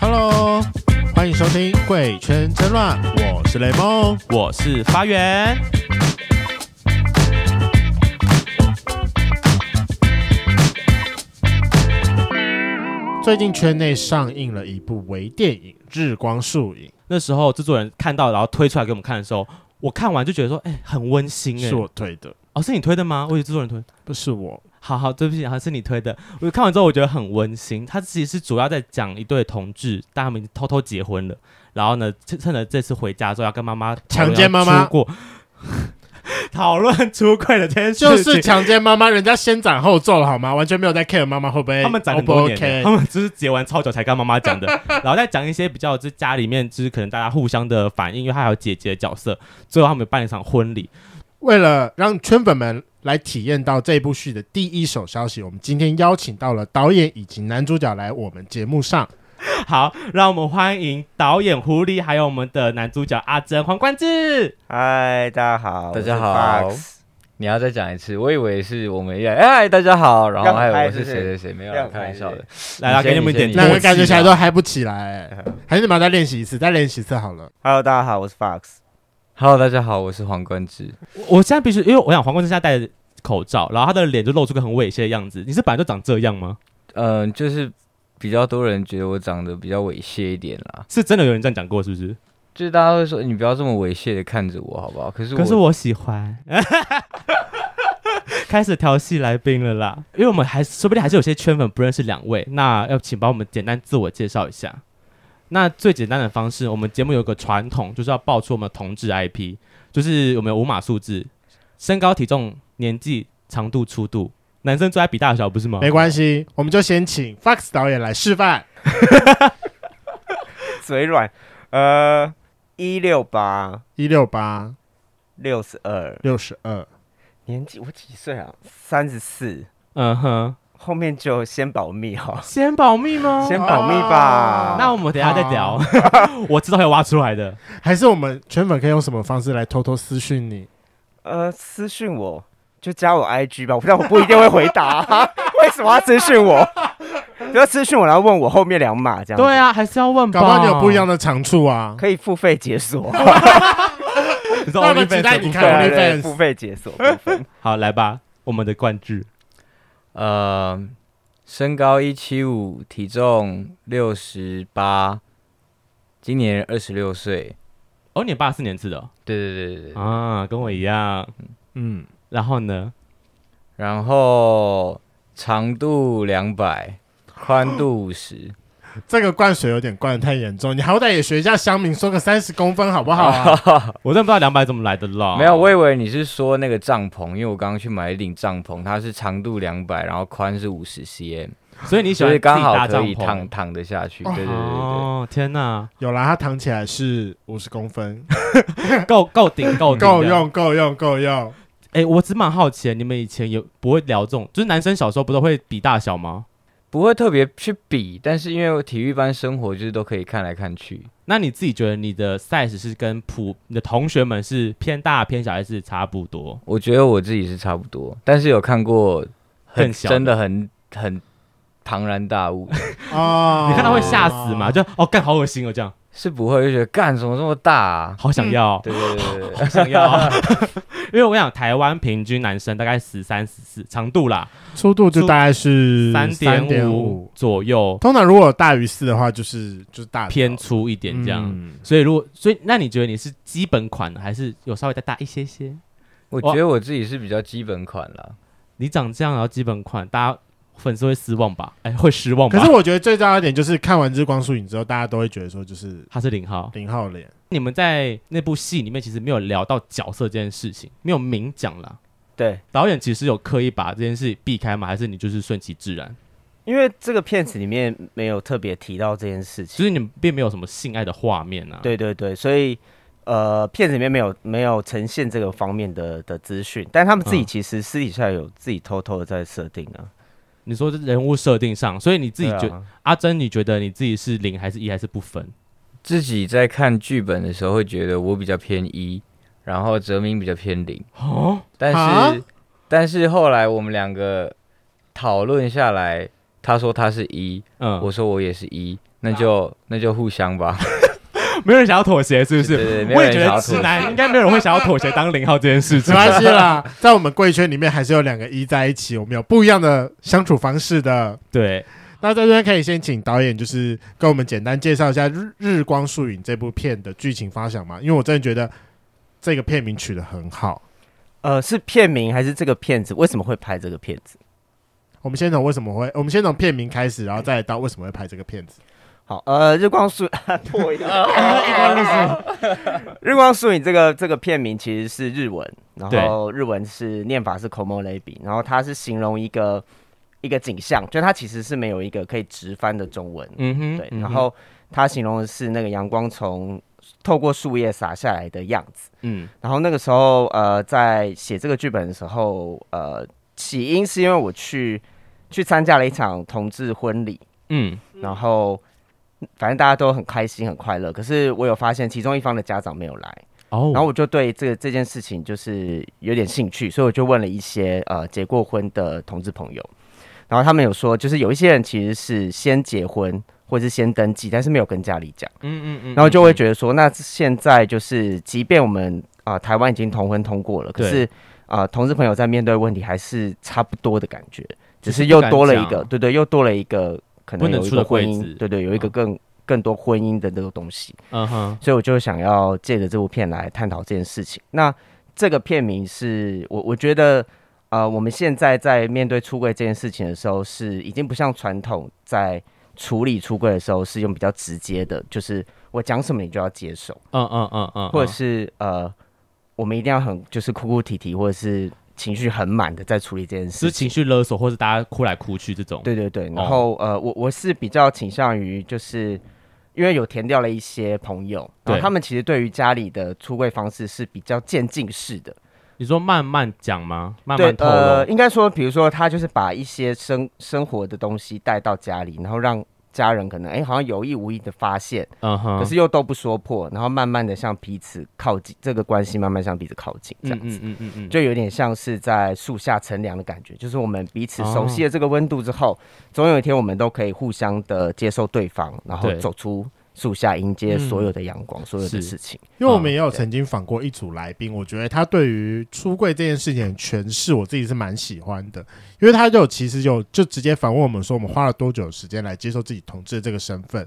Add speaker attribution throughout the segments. Speaker 1: Hello，欢迎收听《贵圈真乱》，我是雷梦。
Speaker 2: 我是发源。
Speaker 1: 最近圈内上映了一部微电影《日光树影
Speaker 2: 那时候制作人看到，然后推出来给我们看的时候，我看完就觉得说，哎、很温》，馨哎、
Speaker 1: 是我推的，
Speaker 2: 哦，是你推的吗？我以为制作人推。
Speaker 1: 不是我。
Speaker 2: 好好，对不起，好像是你推的。我看完之后，我觉得很温馨。他其实是主要在讲一对同志，但他们已经偷偷结婚了。然后呢，趁趁着这次回家之后，要跟妈妈讨论
Speaker 1: 强奸妈妈
Speaker 2: 出过， 讨论出柜的这件事情。
Speaker 1: 就是强奸妈妈，人家先斩后奏了好吗？完全没有在 care 妈妈会不会
Speaker 2: 他们攒
Speaker 1: O 哎哦
Speaker 2: 很
Speaker 1: 不
Speaker 2: 多年的
Speaker 1: OK，
Speaker 2: 他们就是结完超久才跟妈 妈讲的，然后再讲一些比较就是家里面就是可能大家互相的反应，因为他还有姐姐的角色，最后他们办了一场婚礼，
Speaker 1: 为了让圈粉们来体验到这部剧的第一手消息，我们今天邀请到了导演以及男主角来我们节目上。
Speaker 2: 嗯好，让我们欢迎导演狐狸，还有我们的男主角阿珍黄冠志。
Speaker 3: 嗨，大家好，
Speaker 4: 大
Speaker 3: 我是
Speaker 4: 家好
Speaker 3: Fox，
Speaker 4: 你要再讲一次，我以为是我们一样。哎，大家好，然后还有
Speaker 3: 让开
Speaker 4: 我是
Speaker 3: 是不
Speaker 4: 谁
Speaker 3: 是
Speaker 4: 谁谁，没有
Speaker 3: 让
Speaker 4: 开玩
Speaker 3: 开
Speaker 4: 笑
Speaker 3: 是
Speaker 4: 的。
Speaker 2: 来来，
Speaker 4: 你先
Speaker 2: 给你们一点
Speaker 4: 你
Speaker 2: 默
Speaker 1: 两
Speaker 4: 先
Speaker 2: 契
Speaker 1: 个
Speaker 2: 啊
Speaker 1: 感觉起来都嗨不起来、还是你们要再练习一次，再练习一次好了。
Speaker 3: Hello，大家好，我是 Fox。
Speaker 4: Hello，大家好，我是黄冠之。
Speaker 2: 我我现在必须，因为我想黄冠志现在戴着口罩，然后他的脸就露出个很猥亵的样子。你是本来就长这样吗？
Speaker 4: 嗯，就是比较多人觉得我长得比较猥亵一点啦，
Speaker 2: 是真的有人这样讲过，是不是？
Speaker 4: 就是大家会说你不要这么猥亵的看着我，好不好？可是我
Speaker 2: 可是我喜欢。 开始调戏来宾了啦，因为我们还说不定还是有些圈粉不认识两位，那要请帮我们简单自我介绍一下。那最简单的方式，我们节目有个传统，就是要报出我们的同志 IP，就是我们有五码数字，身高、体重、年纪、长度、粗度，男生最爱比大小，不是吗？
Speaker 1: 没关系，我们就先请 Fox 导演来示范。
Speaker 3: 嘴软，呃，一六八
Speaker 1: 一六八
Speaker 3: 六十二，
Speaker 1: 六十二，
Speaker 3: 年纪我几岁啊？三十四，
Speaker 2: 嗯哼，
Speaker 3: 后面就先保密哈，
Speaker 2: 先保密吗？
Speaker 3: 先保密吧。
Speaker 2: 哦那我们等一下再聊， 我知道要挖出来的。
Speaker 1: 还是我们圈粉可以用什么方式来偷偷私讯你？
Speaker 3: 呃，私讯我就加我 IG 吧，我但我不一定会回答， 为什么要私讯我？不要私讯我，然后问我后面两码这样。
Speaker 2: 对，啊，还是要问吧。
Speaker 1: 搞不好你有不一样的长处啊！
Speaker 3: 可以付费解锁，
Speaker 2: 你知道
Speaker 1: 那我
Speaker 2: OnlyFans
Speaker 1: 们期待
Speaker 2: 的部
Speaker 1: 你看
Speaker 2: 分
Speaker 3: 对
Speaker 1: OnlyFans
Speaker 3: 对，付费解锁部分。
Speaker 2: 好，来吧，我们的冠志。
Speaker 4: 呃，身高一七五，体重六十八，今年二十六岁。
Speaker 2: 哦，你八四年次的哦、
Speaker 4: 对对对对对。
Speaker 2: 啊，跟我一样。
Speaker 1: 嗯，
Speaker 2: 然后呢？
Speaker 4: 然后长度两百，宽度五十。
Speaker 1: 这个灌水有点灌的太严重，你好歹也学一下乡民，说个三十公分好不好 啊？
Speaker 2: 我真的不知道两百怎么来的啦。
Speaker 4: 没有，我以为你是说那个帐篷，因为我刚刚去买一顶帐篷，它是长度两百，然后宽是五十 cm，
Speaker 2: 所以你喜
Speaker 4: 所
Speaker 2: 欢
Speaker 4: 以刚
Speaker 2: 自己搭
Speaker 4: 好可
Speaker 2: 帐
Speaker 4: 以
Speaker 2: 篷
Speaker 4: 躺躺得下去。
Speaker 1: 哦
Speaker 4: 对对对对
Speaker 2: 哦，天哪，
Speaker 1: 有啦，它躺起来是五十公分，
Speaker 2: 够够顶够顶
Speaker 1: 够
Speaker 2: 的。
Speaker 1: 用，够用，够用。
Speaker 2: 哎、我只蛮好奇的，你们以前有不会聊这种，就是男生小时候不都会比大小吗？
Speaker 4: 不会特别去比，但是因为我体育班生活就是都可以看来看去。
Speaker 2: 那你自己觉得你的 size 是跟普你的同学们是偏大偏小还是差不多？
Speaker 4: 我觉得我自己是差不多，但是有看过很
Speaker 2: 更小的
Speaker 4: 真的很很庞然大物，
Speaker 1: 哦，
Speaker 2: 你看到会吓死吗？就哦，干好恶心哦，这样
Speaker 4: 是不会就觉得干什么这么大、啊？
Speaker 2: 好想要哦、
Speaker 4: 对对对对对。
Speaker 2: 好想要 啊、因为我想台湾平均男生大概十三、十四长度啦，
Speaker 1: 粗度就大概是
Speaker 2: 三
Speaker 1: 点
Speaker 2: 点五。左右，
Speaker 1: 通常如果有大于四的话，就是就是大
Speaker 2: 偏粗一点这样。
Speaker 1: 嗯
Speaker 2: 所以如果所以那你觉得你是基本款的，还是有稍微再大一些些？
Speaker 4: 我觉得我自己是比较基本款啦，
Speaker 2: 你长这样然后基本款，大家粉丝会失望吧？哎、会失望吧？
Speaker 1: 可是我觉得最重要一点就是看完《日光树影》之后，大家都会觉得说，就是
Speaker 2: 他是零号。
Speaker 1: 零号脸。
Speaker 2: 你们在那部戏里面其实没有聊到角色这件事情，没有明讲啦。
Speaker 3: 对，
Speaker 2: 导演其实有刻意把这件事避开吗？还是你就是顺其自然？
Speaker 3: 因为这个片子里面没有特别提到这件事情
Speaker 2: 其。实你们并没有什么性爱的画面啊。
Speaker 3: 对对对，所以呃，片子里面没有没有呈现这个方面的的资讯，但他们自己
Speaker 2: 嗯
Speaker 3: 其实私底下有自己偷偷的在设定啊。
Speaker 2: 你说这人物设定上，所以你自己
Speaker 3: 对
Speaker 2: 觉、
Speaker 3: 啊
Speaker 2: 阿珍，你觉得你自己是零还是一还是不分？
Speaker 4: 自己在看剧本的时候会觉得我比较偏一，然后哲明比较偏零，
Speaker 2: 哦，
Speaker 4: 但
Speaker 1: 啊
Speaker 4: 是但是后来我们两个讨论下来，他说他是一、
Speaker 2: 嗯，
Speaker 4: 我说我也是一，那就、那就互相吧。
Speaker 2: 没有人想要妥协，是不
Speaker 4: 对
Speaker 2: 是
Speaker 4: 对？没有
Speaker 2: 我也
Speaker 4: 人
Speaker 2: 觉
Speaker 4: 想
Speaker 2: 得
Speaker 4: 要
Speaker 2: 直
Speaker 4: 妥
Speaker 2: 男应该没有人会想要妥协当零号这件事
Speaker 1: 没
Speaker 2: 情。
Speaker 1: 关系啦，在我们贵圈里面还是有两个一在一起，我们有不一样的相处方式的。
Speaker 2: 对，
Speaker 1: 那在这边可以先请导演，就是跟我们简单介绍一下《日日光树影》这部片的剧情发想嘛？因为我真的觉得这个片名取得很好。
Speaker 3: 呃，是片名还是这个片子？为什么会拍这个片子？
Speaker 1: 我们先从为什么会，我们先从片名开始，然后再到为什么会拍这个片子。
Speaker 3: 好，呃，日光树 破音，啊 日光树影这个这个片名其实是日文，然后日文是念法是 komo l a b i 然后它是形容一个一个景象，就它其实是没有一个可以直翻的中文，
Speaker 2: 嗯哼，
Speaker 3: 对，
Speaker 2: 嗯哼
Speaker 3: 然后它形容的是那个阳光从透过树叶洒下来的样子。
Speaker 2: 嗯
Speaker 3: 然后那个时候，呃，在写这个剧本的时候，呃，起因是因为我去去参加了一场同志婚礼，
Speaker 2: 嗯
Speaker 3: 然后嗯反正大家都很开心很快乐，可是我有发现其中一方的家长没有来，
Speaker 2: 哦，
Speaker 3: 然后我就对这个这件事情就是有点兴趣，所以我就问了一些呃结过婚的同志朋友，然后他们有说，就是有一些人其实是先结婚或是先登记，但是没有跟家里讲，
Speaker 2: 嗯嗯嗯，
Speaker 3: 然后就会觉得说，那现在就是即便我们啊、呃台湾已经同婚通过了，可
Speaker 2: 对
Speaker 3: 是啊、呃同志朋友在面对问题还是差不多的感觉，只
Speaker 2: 是
Speaker 3: 是
Speaker 2: 不
Speaker 3: 又
Speaker 2: 敢
Speaker 3: 多了一
Speaker 2: 讲
Speaker 3: 个，对对，又多了一个可
Speaker 2: 不
Speaker 3: 能
Speaker 2: 能
Speaker 3: 有一
Speaker 2: 出
Speaker 3: 个
Speaker 2: 的
Speaker 3: 婚
Speaker 2: 柜
Speaker 3: 姻
Speaker 2: 子，
Speaker 3: 对对，有一个
Speaker 2: 嗯
Speaker 3: 更更多婚姻的这个东西。
Speaker 2: 嗯哼，
Speaker 3: 所以我就想要借着这部片来探讨这件事情。那这个片名是我我觉得，呃，我们现在在面对出柜这件事情的时候，是已经不像传统在处理出柜的时候是用比较直接的，就是我讲什么你就要接受，
Speaker 2: 嗯嗯嗯嗯，
Speaker 3: 或者是呃，我们一定要很就是哭哭啼啼，或者是情绪很满的在处理这件
Speaker 2: 就
Speaker 3: 事
Speaker 2: 是情
Speaker 3: 情。
Speaker 2: 绪勒索，或者大家哭来哭去这种。
Speaker 3: 对对对，然
Speaker 2: 哦
Speaker 3: 后、呃，我我是比较倾向于就是。因为有填掉了一些朋友，然后
Speaker 2: 对
Speaker 3: 他们其实对于家里的出柜方式是比较渐进式的，
Speaker 2: 你说慢慢讲吗？慢
Speaker 3: 对
Speaker 2: 慢，透
Speaker 3: 呃，
Speaker 2: 露。
Speaker 3: 应该说，比如说他就是把一些生生活的东西带到家里，然后让家人可能哎好像有意无意的发现，
Speaker 2: 嗯哼，
Speaker 3: 可是又都不说破，然后慢慢的向彼此靠近，这个关系慢慢向彼此靠近，
Speaker 2: 嗯
Speaker 3: 这样子。
Speaker 2: 嗯嗯嗯嗯，
Speaker 3: 就有点像是在树下乘凉的感觉，就是我们彼此熟悉
Speaker 2: 哦
Speaker 3: 了这个温度之后，总有一天我们都可以互相的接受对方，然后
Speaker 2: 对
Speaker 3: 走出树下，迎接
Speaker 1: 嗯
Speaker 3: 所有的阳光，所有的
Speaker 2: 是
Speaker 3: 事情。
Speaker 1: 因为我们也有曾经访过一组来宾，我觉得他对于出柜这件事情的诠释，我自己是蛮喜欢的，因为他就其实有就直接反问我们说，我们花了多久的时间来接受自己同志的这个身份？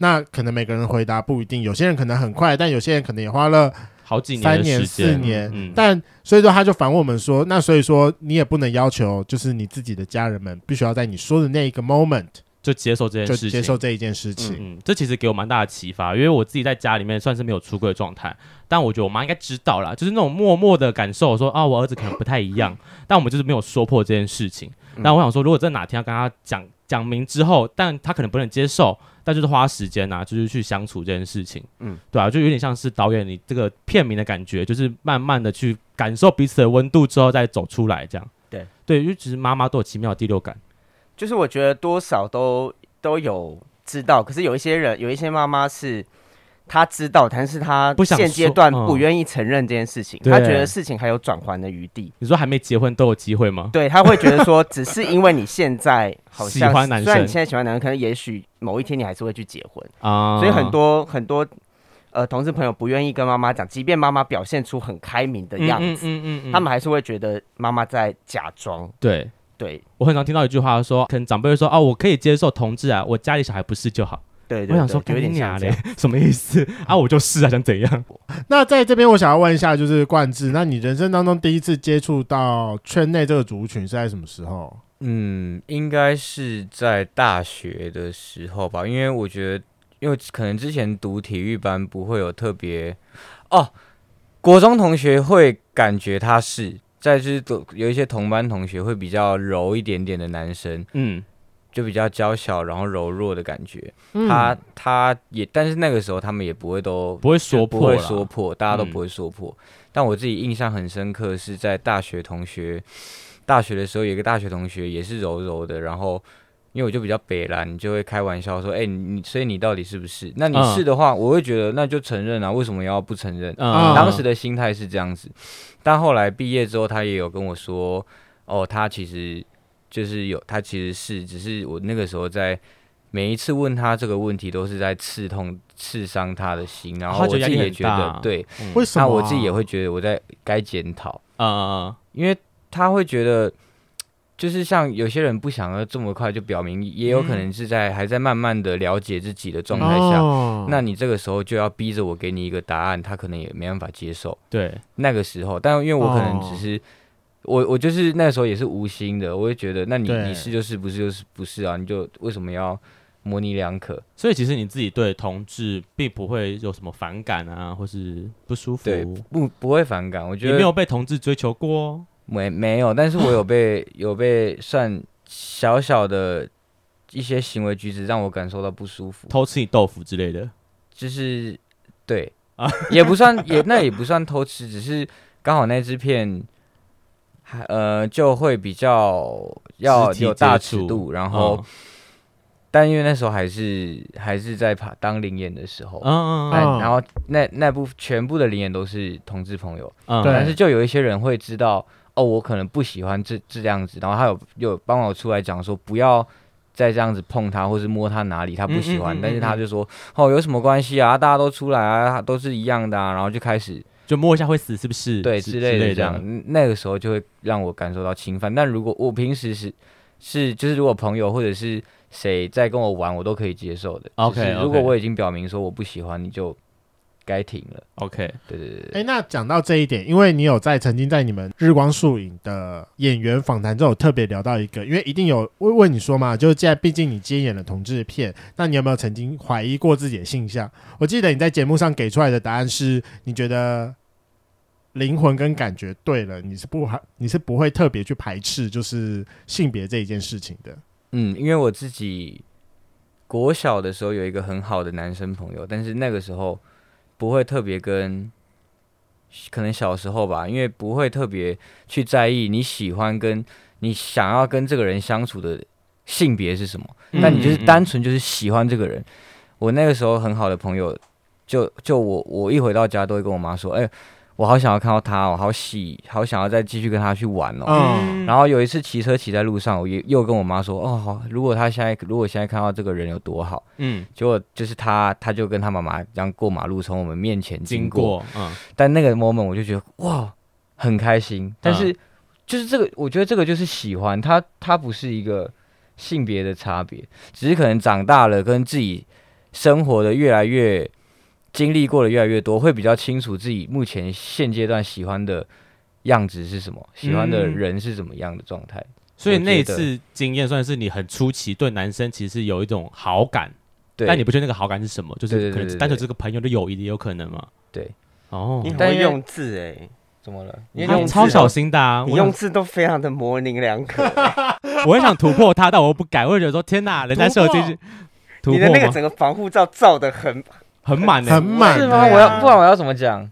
Speaker 1: 那可能每个人回答不一定，有些人可能很快，但有些人可能也花了
Speaker 2: 好几
Speaker 1: 三
Speaker 2: 的时
Speaker 1: 四
Speaker 2: 间，
Speaker 1: 年。
Speaker 2: 嗯，
Speaker 1: 但所以说，他就反问我们说，那所以说你也不能要求，就是你自己的家人们必须要在你说的那一个 moment
Speaker 2: 就接受这
Speaker 1: 就
Speaker 2: 件事情，
Speaker 1: 接受这一件事情。
Speaker 2: 嗯，这其实给我蛮大的启发，因为我自己在家里面算是没有出柜的状态，但我觉得我妈应该知道啦，就是那种默默的感受说啊，我儿子可能不太一样，但我们就是没有说破这件事情。
Speaker 3: 嗯
Speaker 2: 那我想说，如果真的哪天要跟他讲讲明之后，但他可能不能接受，但就是花时间啊，就是去相处这件事情。嗯
Speaker 3: 嗯，
Speaker 2: 对啊，就有点像是导演你这个片名的感觉，就是慢慢的去感受彼此的温度之后再走出来，这样。
Speaker 3: 对
Speaker 2: 对，因为其实妈妈都有奇妙的第六感。
Speaker 3: 就是我觉得多少都都有知道，可是有一些人，有一些妈妈是她知道，但是她
Speaker 2: 不想
Speaker 3: 现阶
Speaker 2: 说
Speaker 3: 段
Speaker 2: 嗯
Speaker 3: 不愿意承认这件事情，
Speaker 2: 对
Speaker 3: 她觉得事情还有转圜的余地。
Speaker 2: 你说还没结婚都有机会吗？
Speaker 3: 对，她会觉得说，只是因为你现在好像
Speaker 2: 喜欢男生
Speaker 3: 虽然你现在喜欢男生，可能也许某一天你还是会去结婚，
Speaker 2: 啊，
Speaker 3: 所以很多很多呃同事朋友不愿意跟妈妈讲，即便妈妈表现出很开明的样
Speaker 2: 嗯
Speaker 3: 子，
Speaker 2: 嗯嗯嗯嗯
Speaker 3: 他们还是会觉得妈妈在假装。
Speaker 2: 对。
Speaker 3: 对
Speaker 2: 我很常听到一句话说，可能长辈会说：“哦，我可以接受同志啊，我家里小孩不是就好。
Speaker 3: 对对”
Speaker 2: 我想说，
Speaker 3: 对
Speaker 2: 干
Speaker 3: 有点
Speaker 2: 你
Speaker 3: 像
Speaker 2: 娘
Speaker 3: 这
Speaker 2: 嘞
Speaker 3: 样。，
Speaker 2: 什么意思
Speaker 4: 嗯
Speaker 2: 啊？我就是啊，想怎样？
Speaker 1: 那在这边，我想要问一下，就是冠志，那你人生当中第一次接触到圈内这个族群是在什么时候？
Speaker 4: 嗯，应该是在大学的时候吧，因为我觉得，因为可能之前读体育班不会有特别哦，国中同学会感觉他是，再就是读有一些同班同学会比较柔一点点的男生，
Speaker 2: 嗯，
Speaker 4: 就比较娇小，然后柔弱的感觉。
Speaker 1: 嗯
Speaker 4: 他他也，但是那个时候他们也不会都
Speaker 2: 不会说
Speaker 4: 不
Speaker 2: 破
Speaker 4: 会
Speaker 2: 啦
Speaker 4: 说破，大家都
Speaker 2: 嗯
Speaker 4: 不会说破。但我自己印象很深刻，是在大学同学大学的时候，有一个大学同学也是柔柔的，然后因因为我就比较北蓝，你就会开玩笑说，哎、你你所以你到底是不是？那你
Speaker 2: 嗯
Speaker 4: 是的话，我会觉得那就承认啊，为什么要不承认？
Speaker 1: 嗯
Speaker 4: 当时的心态是这样子，但后来毕业之后，他也有跟我说，哦，他其实就是有，他其实是，只是我那个时候在每一次问他这个问题，都是在刺痛、刺伤他的心，然后
Speaker 2: 哦他觉
Speaker 4: 我
Speaker 2: 得压力
Speaker 4: 自己也
Speaker 2: 很
Speaker 4: 觉
Speaker 2: 大
Speaker 4: 得，对，
Speaker 2: 嗯
Speaker 1: 为什么
Speaker 4: 那
Speaker 1: 啊？
Speaker 4: 我自己也会觉得我在该检讨，
Speaker 2: 啊啊
Speaker 4: 因为他会觉得。就是像有些人不想要这么快就表明，也有可
Speaker 2: 嗯
Speaker 4: 能是在还在慢慢的了解自己的状态下，
Speaker 1: 哦
Speaker 4: 那你这个时候就要逼着我给你一个答案，他可能也没办法接受。
Speaker 2: 对，
Speaker 4: 那个时候，但因为我可能
Speaker 1: 哦
Speaker 4: 只是、我，我就是那时候也是无心的，我会觉得，那你
Speaker 1: 对
Speaker 4: 你是就是不是就是不是啊？你就为什么要模棱两可？
Speaker 2: 所以其实你自己对同志并不会有什么反感啊，或是不舒服，
Speaker 4: 对，不不会反感，我
Speaker 2: 你
Speaker 4: 觉得
Speaker 2: 没有被同志追求过哦，
Speaker 4: 没没有，但是我 有被有被算小小的一些行为举止让我感受到不舒服，
Speaker 2: 偷吃你豆腐之类的。
Speaker 4: 就是对，
Speaker 2: 啊
Speaker 4: 也不算也那也不算偷吃，只是刚好那支片，还呃就会比较要
Speaker 2: 肢体
Speaker 4: 有大
Speaker 2: 接触哦
Speaker 4: 尺度，然后、但因为那时候还是还是在爬当灵演的时候，
Speaker 2: 嗯，嗯嗯
Speaker 4: 但
Speaker 1: 哦
Speaker 4: 然后那那部全部的灵演都是同志朋友，
Speaker 2: 嗯，
Speaker 1: 对
Speaker 4: 但是就有一些人会知道哦，我可能不喜欢这这样子，然后他有有帮我出来讲说不要。再这样子碰他，或是摸他哪里，他不喜欢，
Speaker 2: 嗯嗯嗯嗯
Speaker 4: 但是他就说：“哦，有什么关系啊？大家都出来啊，都是一样的啊。”然后就开始
Speaker 2: 就摸一下会死是不是？
Speaker 4: 对
Speaker 2: 之
Speaker 4: 之类
Speaker 2: 的
Speaker 4: 的这样，。嗯那个时候就会让我感受到侵犯。但如果我平时是是就是如果朋友或者是谁在跟我玩，我都可以接受的。
Speaker 2: OK，
Speaker 4: 只是如果
Speaker 2: OK
Speaker 4: 我已经表明说我不喜欢，你就该停了。
Speaker 2: OK，
Speaker 4: 对对对对，
Speaker 1: 哎、那讲到这一点，因为你有在曾经在你们日光树影的演员访谈中有特别聊到一个，因为一定有问问你说嘛，就是既然毕竟你接演了同志片，那你有没有曾经怀疑过自己的性向？我记得你在节目上给出来的答案是，你觉得灵魂跟感觉对了，你是不还你是不会特别去排斥就是性别这一件事情的。
Speaker 4: 嗯，因为我自己国小的时候有一个很好的男生朋友，但是那个时候不会特别跟。可能小时候吧，因为不会特别去在意你喜欢跟你想要跟这个人相处的性别是什么，但你就是
Speaker 2: 嗯
Speaker 4: 单纯就是喜欢这个人。我那个时候很好的朋友，就就我我一回到家都会跟我妈说，哎、我好想要看到他哦，好喜，好想要再继续跟他去玩哦。
Speaker 1: 嗯，
Speaker 4: 然后有一次骑车骑在路上，我也又跟我妈说，哦，好，如果他现在如果现在看到这个人有多好，
Speaker 2: 嗯
Speaker 4: 结果就是他他就跟他妈妈这样过马路，从我们面前
Speaker 2: 经
Speaker 4: 经过，
Speaker 2: 过嗯
Speaker 4: 但那个 moment 我就觉得哇，很开心。但是就是这个，我觉得这个就是喜欢它，它不是一个性别的差别，只是可能长大了跟自己生活的越来越经历过的越来越多，会比较清楚自己目前现阶段喜欢的样子是什么，喜欢的
Speaker 2: 嗯
Speaker 4: 人是怎么样的状态。
Speaker 2: 所以
Speaker 4: 我觉
Speaker 2: 那一
Speaker 4: 得
Speaker 2: 次经验算是你很出奇，对男生其实有一种好感，
Speaker 4: 对，
Speaker 2: 但你不觉得那个好感是什么？就
Speaker 4: 对
Speaker 2: 是
Speaker 4: 对
Speaker 2: 可能
Speaker 4: 对对
Speaker 2: 单纯
Speaker 4: 对
Speaker 2: 这个朋友的友谊也有可能嘛。
Speaker 4: 对，
Speaker 2: 哦
Speaker 3: 你，很
Speaker 4: 但
Speaker 3: 会
Speaker 4: 因为
Speaker 3: 用字哎，
Speaker 4: 怎么了？
Speaker 3: 你
Speaker 2: 他
Speaker 3: 用字
Speaker 2: 超
Speaker 3: 都
Speaker 2: 小，心的啊！
Speaker 3: 你
Speaker 2: 我
Speaker 3: 用
Speaker 2: 想
Speaker 3: 字都非常的模棱两可。
Speaker 2: 我很想突破他，但我又不敢，我会觉得说天 哪，人家是有进去突
Speaker 3: 你的
Speaker 2: 破
Speaker 3: 那个
Speaker 2: 吗？
Speaker 3: 整个防护罩罩的很
Speaker 2: 很满
Speaker 1: 嗯
Speaker 2: 欸
Speaker 1: 很
Speaker 2: 的，
Speaker 1: 满
Speaker 4: 嗯是
Speaker 1: 的
Speaker 4: 吗？我要不然我要怎么讲？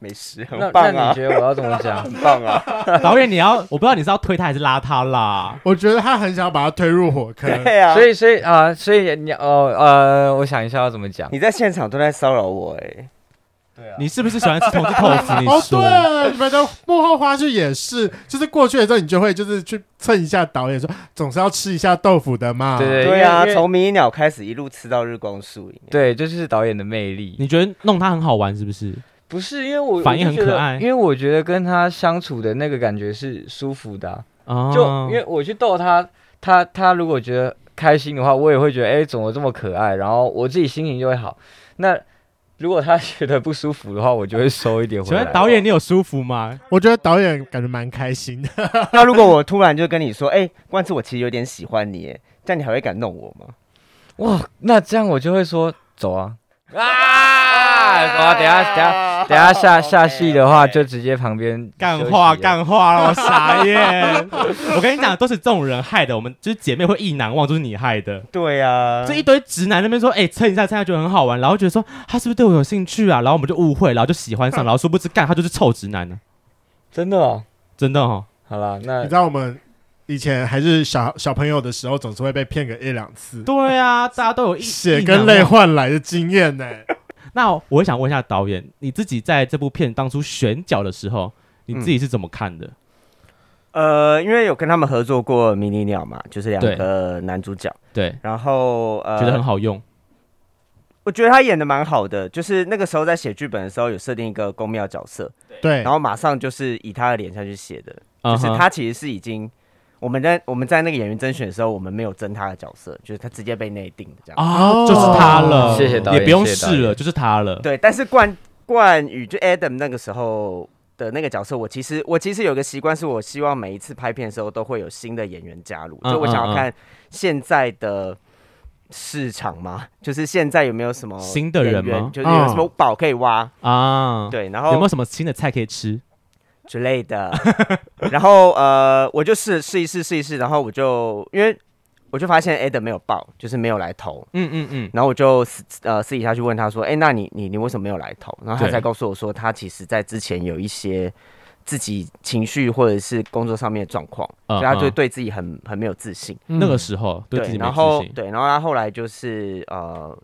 Speaker 3: 没事，
Speaker 4: 那
Speaker 3: 哎很棒
Speaker 4: 那你
Speaker 3: 啊，
Speaker 4: 觉得我要怎么 讲？
Speaker 3: 很棒啊。
Speaker 2: 导演你要，我不知道你是要推他还是拉他啦。
Speaker 1: 我觉得他很想把他推入火坑。
Speaker 3: 对啊，
Speaker 4: 所以所以啊、所以你哦呃，我想一下要怎么讲。
Speaker 3: 你在现场都在骚扰我哎。
Speaker 2: 你是不是喜欢吃同志豆腐？你
Speaker 1: 哦，
Speaker 2: 说，
Speaker 4: 啊
Speaker 1: 对，你们的幕后花絮也是，就是过去的时候，你就会就是去蹭一下导演说，总是要吃一下豆腐的嘛。
Speaker 4: 对
Speaker 3: 对啊，
Speaker 4: 因为因为
Speaker 3: 从迷你鸟开始一路吃到日光树影。
Speaker 4: 对，这就是导演的魅力。
Speaker 2: 你觉得弄他很好玩是不是？
Speaker 4: 不是因为我
Speaker 2: 反应
Speaker 4: 我就觉
Speaker 2: 很可
Speaker 4: 得
Speaker 2: 爱
Speaker 4: 因为我觉得跟他相处的那个感觉是舒服的啊、
Speaker 2: 哦，
Speaker 4: 就因为我去逗他，他他如果觉得开心的话，我也会觉得哎、怎么这么可爱，然后我自己心情就会好。那如果他 觉得不舒服的话，我就会收一点回
Speaker 2: 请
Speaker 4: 来。
Speaker 2: 问导演，你有舒服吗？
Speaker 1: 我觉得导演感觉蛮开心的。
Speaker 3: 那如果我突然就跟你说，哎，冠志，我其实有点喜欢你耶，这样你还会敢弄我吗？
Speaker 4: 哇，那这样我就会说走啊啊，走啊，等一下等一下等一下 下下戏的话，就直接旁边
Speaker 2: 干
Speaker 4: 休息
Speaker 2: 话
Speaker 4: 了
Speaker 2: 干话，我傻眼。我跟你讲，都是这种人害的。我们就是姐妹会意难忘，都是你害的。
Speaker 3: 对啊，
Speaker 4: 嗯
Speaker 2: 这一堆直男那边说，哎、蹭一下，蹭一下觉得很好玩，然后觉得说他是不是对我有兴趣啊？然后我们就误会，然后就喜欢
Speaker 4: 嗯
Speaker 2: 上，然后殊不知干他就是臭直男呢、
Speaker 4: 真的哦。
Speaker 2: 真的哦。
Speaker 4: 好了，
Speaker 1: 你
Speaker 4: 那
Speaker 1: 知道我们以前还是小小朋友的时候，总是会被骗个一两次，
Speaker 2: 对啊，大家都有一
Speaker 1: 血跟泪。换来的经验呢、
Speaker 2: 那我想问一下导演，你自己在这部片当初选角的时候，你自己是怎么看的？
Speaker 3: 呃，因为有跟他们合作过《迷你鸟》嘛，就是两
Speaker 2: 对
Speaker 3: 个男主角，
Speaker 2: 对，
Speaker 3: 然后呃，
Speaker 2: 觉得很好用。
Speaker 3: 我觉得他演的蛮好的，就是那个时候在写剧本的时候有设定一个宫庙角色，
Speaker 1: 对
Speaker 3: 然，后马上就是以他的脸下去写的，
Speaker 2: 嗯
Speaker 3: 呃就是
Speaker 2: 哼
Speaker 3: 他其实是已经我们在我们在那个演员甄选的时候，我们没有争他的角色，就是他直接被内定的这样。
Speaker 2: 啊，就是他了，
Speaker 4: 谢谢导
Speaker 2: 也
Speaker 4: 演
Speaker 2: 不用
Speaker 4: 谢谢导
Speaker 2: 试了，
Speaker 4: 演
Speaker 2: 就是他了。
Speaker 3: 对，但是冠冠宇就 Adam 那个时候的那个角色，我其实我其实有个习惯，是我希望每一次拍片的时候都会有新的演员加入，
Speaker 2: 嗯
Speaker 3: 就我想
Speaker 2: 嗯嗯
Speaker 3: 要看现在的。市场嘛，就是现在有没有什么
Speaker 2: 新的人
Speaker 3: 演员
Speaker 2: 吗
Speaker 3: 就是有没有
Speaker 1: 嗯
Speaker 3: 什么宝可以挖？
Speaker 2: 啊，
Speaker 3: 对，然后
Speaker 2: 有没有什么新的菜可以吃？
Speaker 3: 之类 的。然后呃，我就试试一试试一试，然后我就因为我就发现 Adam 没有报，就是没有来投。
Speaker 2: 嗯嗯嗯，
Speaker 3: 然后我就私呃私底下去问他说：“哎，那你你你为什么没有来投？”然后他
Speaker 2: 对
Speaker 3: 才告诉我说，他其实在之前有一些自己情绪或者是工作上面的状况，
Speaker 2: 嗯
Speaker 3: 所以他就
Speaker 2: 嗯
Speaker 3: 对自嗯己很很没有自信。
Speaker 2: 那个时候对自己没
Speaker 3: 然
Speaker 2: 自
Speaker 3: 后
Speaker 2: 信。
Speaker 3: 对，然后他后来就是呃，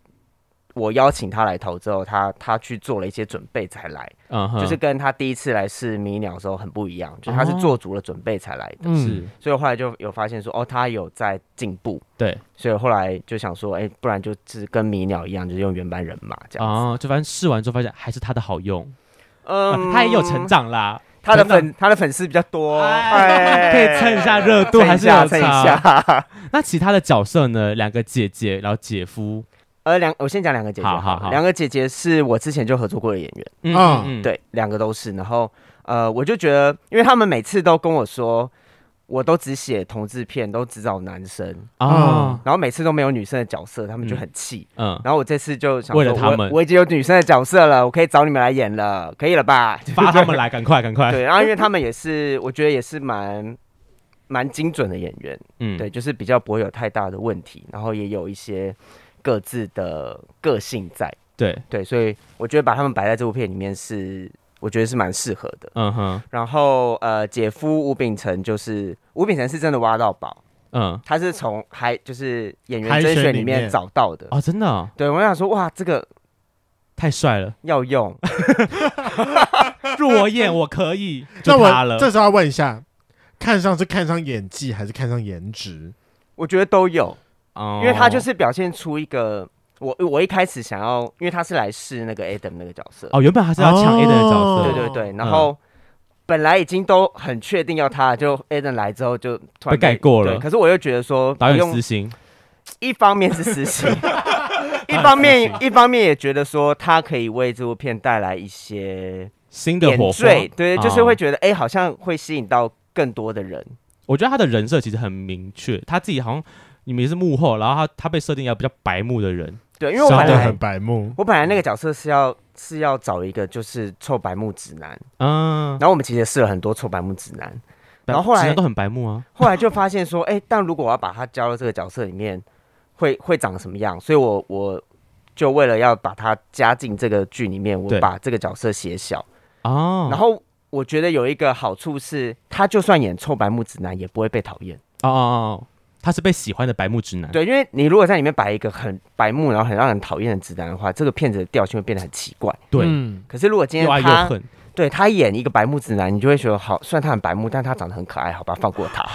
Speaker 3: 我邀请他来投之后，他他去做了一些准备才来。
Speaker 2: 嗯哦哼，
Speaker 3: 就是跟他第一次来试迷鸟的时候很不一样，就是他是做足了准备才来的，
Speaker 1: 嗯
Speaker 2: 是，
Speaker 3: 所以我后来就有发现说，哦，他有在进步，
Speaker 2: 对
Speaker 3: 所以我后来就想说，哎、不然就是跟迷鸟一样，就是用原班人马这样子。
Speaker 2: 啊，就反正试完之后发现还是他的好用，
Speaker 3: 嗯
Speaker 2: 啊他也有成，长啦，
Speaker 3: 他的
Speaker 2: 成长
Speaker 3: 粉他的粉丝比较多，
Speaker 2: 哎可以蹭一下热度，
Speaker 3: 哦蹭
Speaker 2: 还
Speaker 3: 一
Speaker 2: 是有啊
Speaker 3: 下，蹭一
Speaker 2: 差。
Speaker 3: 下。
Speaker 2: 那其他的角色呢？两个姐姐，然后姐夫，
Speaker 3: 呃，两我先讲两个姐姐，
Speaker 2: 好好好
Speaker 3: 两个姐姐是我之前就合作过的演员，
Speaker 2: 嗯
Speaker 1: 啊
Speaker 2: 嗯嗯
Speaker 3: 对，两个都是。然后呃，我就觉得，因为他们每次都跟我说，我都只写同志片，都只找男生，
Speaker 2: 啊，
Speaker 3: 然后每次都没有女生的角色，他们就很气。
Speaker 2: 嗯，
Speaker 3: 然后我这次就想说
Speaker 2: 为了他们
Speaker 3: 我，我已经有女生的角色了，我可以找你们来演了，可以了吧？
Speaker 2: 发他们来，赶快赶快，
Speaker 3: 对，然后因为他们也是，我觉得也是蛮蛮精准的演员，
Speaker 2: 嗯，
Speaker 3: 对，就是比较不会有太大的问题，然后也有一些各自的个性在，
Speaker 2: 对，
Speaker 3: 对，所以我觉得把他们摆在这部片里面是，我觉得是蛮适合的。
Speaker 2: 嗯哼，
Speaker 3: 然后呃，姐夫吴秉承就是吴秉承是真的挖到宝，
Speaker 2: 嗯，
Speaker 3: 他是从海就是演员
Speaker 1: 海
Speaker 3: 甄
Speaker 1: 选
Speaker 3: 选
Speaker 1: 里
Speaker 3: 里面
Speaker 1: 面
Speaker 3: 找到的。
Speaker 2: 哦，真的哦
Speaker 3: 对，我想说，哇，这个
Speaker 2: 太帅 了，
Speaker 3: 要用，
Speaker 2: 入我眼，我可以，
Speaker 1: 那
Speaker 2: 就他
Speaker 1: 我
Speaker 2: 了，
Speaker 1: 这时候要问一下，看上是看上演技还是看上颜值？
Speaker 3: 我觉得都有，
Speaker 2: 哦
Speaker 3: 因为他就是表现出一个我我一开始想要，因为他是来试那个 Adam 那个角色，
Speaker 2: 哦，原嗯本他是要抢 A 的角色，
Speaker 1: 哦
Speaker 3: 对对对，然后本来已经都很确定要他，就 Adam 来之后就突
Speaker 2: 被
Speaker 3: 然
Speaker 2: 盖过了
Speaker 3: 对可是我又觉得说不
Speaker 2: 导演
Speaker 3: 用
Speaker 2: 私，心，
Speaker 3: 一方面是 私心，一方面一方面也觉得说他可以为这部片带来一些
Speaker 2: 新的
Speaker 3: 点
Speaker 2: 火花，
Speaker 3: 缀，对，就是
Speaker 2: 哦
Speaker 3: 会觉得哎、好像会吸引到更多的人。
Speaker 2: 我觉得他的人设其实很明确，他自己好像你们也是幕后，然后他他被设定要比较白目的人，
Speaker 3: 对，因为我
Speaker 2: 稍
Speaker 3: 哦本
Speaker 1: 真的
Speaker 3: 来嗯
Speaker 1: 很白目，
Speaker 3: 我本来那个角色是要是要找一个就是臭白目直男，
Speaker 2: 嗯
Speaker 3: 然，后我们其实也试了很多臭白目直男，然后后来
Speaker 2: 直男都很白目啊，
Speaker 3: 后来就发现说，哎、但如果我要把他加到这个角色里面，会会长什么样？所以我我就为了要把他加进这个剧里面，
Speaker 2: 对
Speaker 3: 我把这个角色写小，
Speaker 2: 哦，
Speaker 3: 然后。我觉得有一个好处是，他就算演臭白目直男也不会被讨厌。
Speaker 2: 哦哦哦，他是被喜欢的白目直男，
Speaker 3: 对，因为你如果在里面摆一个很白目，然后很让人讨厌的直男的话，这个片子的调性会变得很奇怪。
Speaker 2: 对，
Speaker 1: 嗯
Speaker 3: 可是如果今天
Speaker 2: 又爱
Speaker 3: 他
Speaker 2: 又恨，
Speaker 3: 对他演一个白目直男，你就会觉得好，虽然他很白目，但他长得很可爱，好吧，放过他，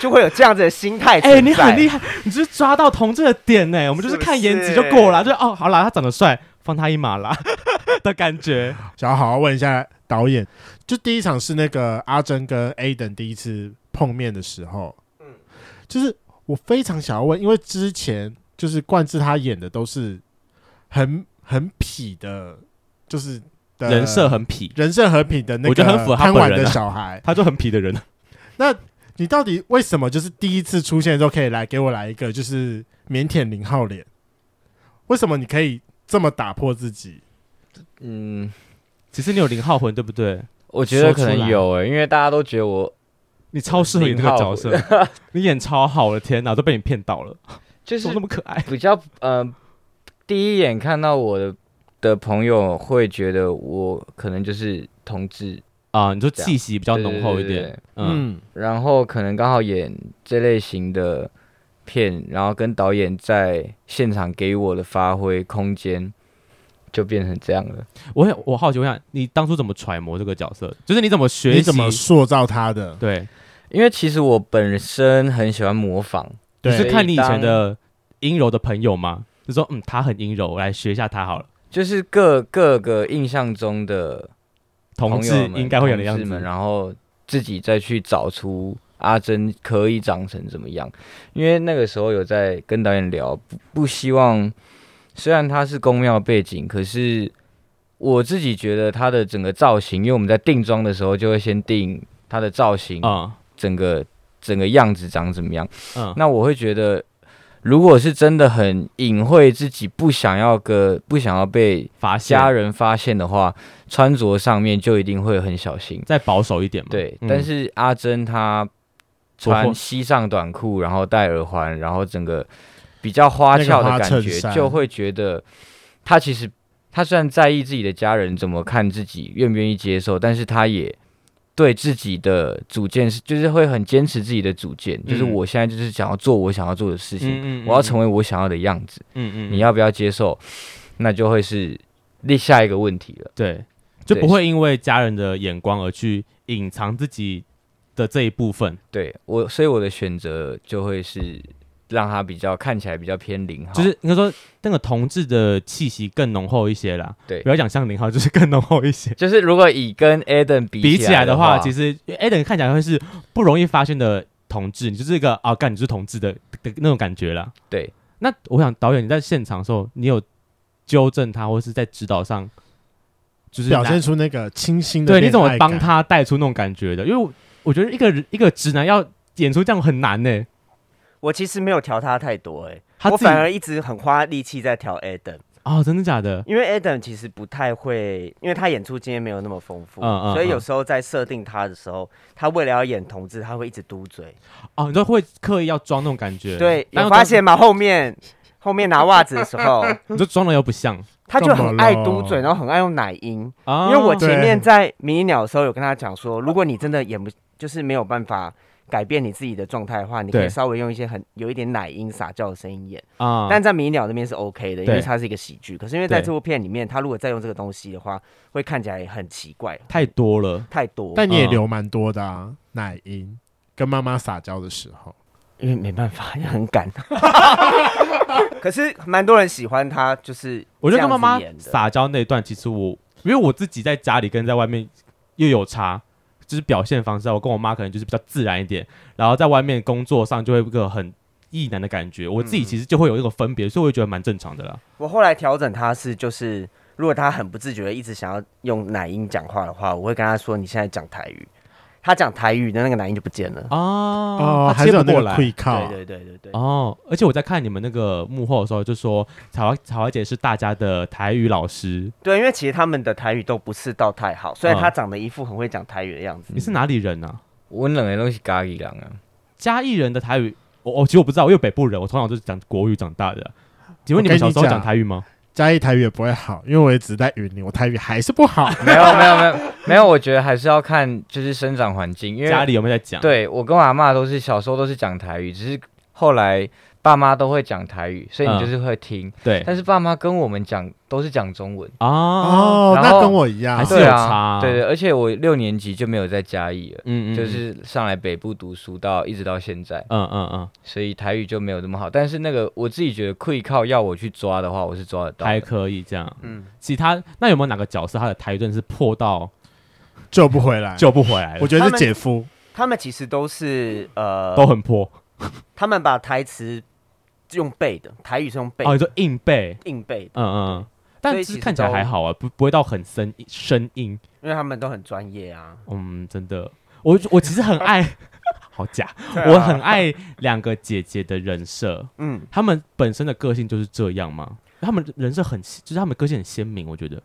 Speaker 3: 就会有这样子的心态存
Speaker 2: 哎，
Speaker 3: 在。
Speaker 2: 你很厉害，你就是抓到同志的点呢，我们就是
Speaker 3: 是不
Speaker 2: 看颜值
Speaker 3: 是
Speaker 2: 就过了，就哦，好啦，他长得帅，放他一马啦 的感觉，
Speaker 1: 想要好好问一下导演，就第一场是那个阿珍跟 A 等第一次碰面的时候，就是我非常想要问，因为之前就是冠志他演的都是很很痞的，就是的
Speaker 2: 人设很痞，
Speaker 1: 人设和平的那
Speaker 2: 我觉
Speaker 1: 个
Speaker 2: 得很符合他
Speaker 1: 贪
Speaker 2: 本
Speaker 1: 玩
Speaker 2: 人
Speaker 1: 的
Speaker 2: 啊
Speaker 1: 小孩，
Speaker 2: 他就很痞的人，
Speaker 1: 你到底为什么就是第一次出现的时候可以来给我来一个就是腼腆零号脸？为什么你可以这么打破自己？
Speaker 4: 嗯，
Speaker 2: 其实你有零号魂对不对？
Speaker 4: 我觉得可
Speaker 2: 说出来
Speaker 4: 能有诶、因为大家都觉得我
Speaker 2: 你超适合演这个
Speaker 4: 零号
Speaker 2: 角色，你演超好，我的天哪，都被你骗到了，
Speaker 4: 就
Speaker 2: 怎
Speaker 4: 是
Speaker 2: 么那么可爱？
Speaker 4: 比较呃，第一眼看到我的的朋友会觉得我可能就是同志，
Speaker 2: 啊，你说
Speaker 4: 这样
Speaker 2: 气息比较浓厚一
Speaker 4: 对对对
Speaker 2: 点
Speaker 4: 对，
Speaker 2: 嗯，
Speaker 4: 然后可能刚好演这类型的片，然后跟导演在现场给我的发挥空间，就变成这样了。
Speaker 2: 我很我好奇，我想你当初怎么揣摩这个角色？就是你怎么学习？
Speaker 1: 你怎么塑造他的？
Speaker 2: 对？
Speaker 4: 因为其实我本身很喜欢模仿，
Speaker 2: 你是
Speaker 1: 对，
Speaker 2: 看你以前
Speaker 4: 当
Speaker 2: 的阴柔的朋友吗？就说嗯，他很阴柔，我来学一下他好了。
Speaker 4: 就是各各个印象中的
Speaker 2: 同
Speaker 4: 朋友
Speaker 2: 志
Speaker 4: 们
Speaker 2: 应该会有的样
Speaker 4: 同志们
Speaker 2: 子，
Speaker 4: 然后自己再去找出阿珍可以长成怎么样。因为那个时候有在跟导演聊，不不希望，虽然他是宫庙背景，可是我自己觉得他的整个造型，因为我们在定妆的时候就会先定他的造型，
Speaker 2: 嗯
Speaker 4: 整个整个样子长怎么样。
Speaker 2: 嗯，
Speaker 4: 那我会觉得，如果是真的很隐晦，自己不想要个不想要被
Speaker 2: 发现
Speaker 4: 家人发现的话，穿着上面就一定会很小心。
Speaker 2: 再保守一点嘛。
Speaker 4: 对，
Speaker 2: 嗯
Speaker 4: 但是阿珍她
Speaker 2: 不会
Speaker 4: 穿西上短裤，然后戴耳环，然后整个比较花
Speaker 1: 那个
Speaker 4: 俏的
Speaker 1: 花
Speaker 4: 感
Speaker 1: 衬
Speaker 4: 觉，
Speaker 1: 衫
Speaker 4: 就会觉得她其实她虽然在意自己的家人怎么看自己，愿不愿意接受，但是她也对自己的主见是，就是会很坚持自己的主见，就是
Speaker 2: 嗯
Speaker 4: 我现在就是想要做我想要做的事情，
Speaker 2: 嗯嗯，
Speaker 4: 我要成为我想要的样子，
Speaker 2: 嗯嗯，嗯
Speaker 4: 你要不要接受？那就会是另下一个问题了。
Speaker 2: 对，就
Speaker 4: 对
Speaker 2: 不会因为家人的眼光而去隐藏自己的这一部分，
Speaker 4: 对我，所以我的选择就会是让它比较看起来比较偏零号，
Speaker 2: 就是应该说那个同志的气息更浓厚一些啦。
Speaker 4: 对
Speaker 2: 不要讲像零号，就是更浓厚一些。
Speaker 4: 就是如果以跟 Adam 比
Speaker 2: 比起来
Speaker 4: 的
Speaker 2: 的话，其
Speaker 4: 实
Speaker 2: 实因为 Adam 看起来会是不容易发现的同志，你就是一个啊，干你就是同志的的那种感觉啦。
Speaker 4: 对，
Speaker 2: 那我想导演你在现场的时候，你有纠正他，或是在指导上，就是
Speaker 1: 表
Speaker 2: 哪
Speaker 1: 现出那个清新的
Speaker 2: 对，你怎么
Speaker 1: 恋爱
Speaker 2: 帮
Speaker 1: 感？
Speaker 2: 他带出那种感觉的？因为我我觉得一个人一个直男要演出这样很难呢、
Speaker 3: 我其实没有调他太多、欸，
Speaker 2: 他
Speaker 3: 我
Speaker 2: 自己
Speaker 3: 反而一直很花力气在调 Adam，
Speaker 2: 哦，真的假的？
Speaker 3: 因为 Adam 其实不太会，因为他演出经验没有那么丰富，
Speaker 2: 嗯嗯
Speaker 3: 所以有
Speaker 2: 嗯
Speaker 3: 时候在设定他的时候，他为了要演同志，他会一直嘟嘴。
Speaker 2: 哦，你都会刻意要装那种感觉，
Speaker 3: 对，
Speaker 2: 然
Speaker 3: 有
Speaker 2: 后
Speaker 3: 发现吗？后面后面拿袜子的 时候，
Speaker 2: 你就装了又不像
Speaker 3: 他就很爱嘟
Speaker 1: 干嘛
Speaker 3: 嘴，
Speaker 1: 咯
Speaker 3: 然后很爱用奶音。
Speaker 2: 啊，
Speaker 3: 因为我
Speaker 1: 对
Speaker 3: 前面在迷你鸟的时候有跟他讲说，如果你真的演不，就是没有办法改变你自己的状态的话，你可
Speaker 2: 对
Speaker 3: 以稍微用一些很有一点奶音撒娇的声音演。
Speaker 2: 啊，
Speaker 3: 但在迷你鸟那边是 OK 的，因为
Speaker 2: 对
Speaker 3: 它是一个喜剧。可是因为在
Speaker 2: 对
Speaker 3: 这部片里面，他如果再用这个东西的话，会看起来很奇怪，
Speaker 2: 太多了，
Speaker 3: 太多。
Speaker 1: 但你也
Speaker 2: 嗯
Speaker 1: 留蛮多的啊，奶音跟妈妈撒娇的时候，
Speaker 3: 因为没办法，因为很 赶。可是蛮多人喜欢他，就是
Speaker 2: 我觉得跟妈
Speaker 3: 这
Speaker 2: 妈
Speaker 3: 样子演的
Speaker 2: 撒娇那一段，其实我因为我自己在家里跟在外面又有差，就是表现方式啊，我跟我妈可能就是比较自然一点，然后在外面工作上就会有一个很异男的感觉，我自己其实就会有一个分别，所以我也觉得蛮正常的啦。
Speaker 3: 我后来调整他是就是，如果他很不自觉的一直想要用奶音讲话的话，我会跟他说你现在讲台语，他讲台语的那个奶音就不见了。
Speaker 2: 啊，
Speaker 1: 哦，
Speaker 2: 他
Speaker 1: 还是
Speaker 2: 切
Speaker 1: 有
Speaker 2: 不
Speaker 1: 那
Speaker 2: 过
Speaker 1: 个
Speaker 2: 来。
Speaker 1: 会靠，
Speaker 3: 对对对对对。
Speaker 2: 哦，而且我在看你们那个幕后的时候，就说彩华彩华姐是大家的台语老师，
Speaker 3: 对，因为其实他们的台语都不是到太好，虽然
Speaker 2: 嗯
Speaker 3: 他长得一副很会讲台语的样子。
Speaker 2: 你是哪里人啊？
Speaker 4: 温冷的东西咖喱狼啊，
Speaker 2: 嘉义人的台语，我、我其实我不知道，我有北部人，我从小就是讲国语长大的。请问你们
Speaker 1: 我跟
Speaker 2: 小
Speaker 1: 你
Speaker 2: 时候讲
Speaker 1: 讲
Speaker 2: 台语吗？
Speaker 1: 嘉义台语也不会好，因为我也只在云林，我台语还是不好。
Speaker 4: 没有没有没有没有，我觉得还是要看就是生长环境，因为
Speaker 2: 家里有啊没有在讲？，
Speaker 4: 对我跟我阿妈都是小时候都是讲台语，只是后来爸妈都会讲台语，所以
Speaker 2: 嗯
Speaker 4: 你就是会听，
Speaker 2: 对
Speaker 4: 但是爸妈跟我们讲都是讲中文。
Speaker 2: 啊，
Speaker 1: 哦，
Speaker 4: 然后
Speaker 1: 那跟我一样
Speaker 2: 还，是
Speaker 4: 对
Speaker 2: 有
Speaker 4: 啊
Speaker 2: 差啊
Speaker 4: 对对，而且我六年级就没有在嘉义了，
Speaker 2: 嗯嗯，
Speaker 4: 就是上来北部读书到一直到现在，
Speaker 2: 嗯嗯嗯，
Speaker 4: 所以台语就没有那么好。但是那个我自己觉得会靠要我去抓的话，我是抓得到
Speaker 2: 还
Speaker 4: 的。
Speaker 2: 可以这样。
Speaker 3: 嗯，
Speaker 2: 其他那有没有哪个角色他的台语真的是破到
Speaker 1: 救不回来。
Speaker 2: 救不回来
Speaker 1: 哎
Speaker 2: 了？
Speaker 1: 我觉得是姐夫，
Speaker 3: 他们其实都是呃，
Speaker 2: 都很破
Speaker 3: 他们把台词用背的，台语是用背的，
Speaker 2: 哦，你说硬背，
Speaker 3: 硬背的，
Speaker 2: 嗯嗯，但
Speaker 3: 所以
Speaker 2: 其
Speaker 3: 其
Speaker 2: 实
Speaker 3: 实
Speaker 2: 看起来
Speaker 3: 都
Speaker 2: 还好啊，不不会到很生生硬。
Speaker 3: 因为他们都很专业啊。
Speaker 2: 嗯，真的，我我其实很爱， 好假，
Speaker 3: 对啊
Speaker 2: 我很爱两个姐姐的人设，
Speaker 3: 嗯，
Speaker 2: 她们本身的个性就是这样嘛，她们人设很，就是她们个性很鲜明，我觉得，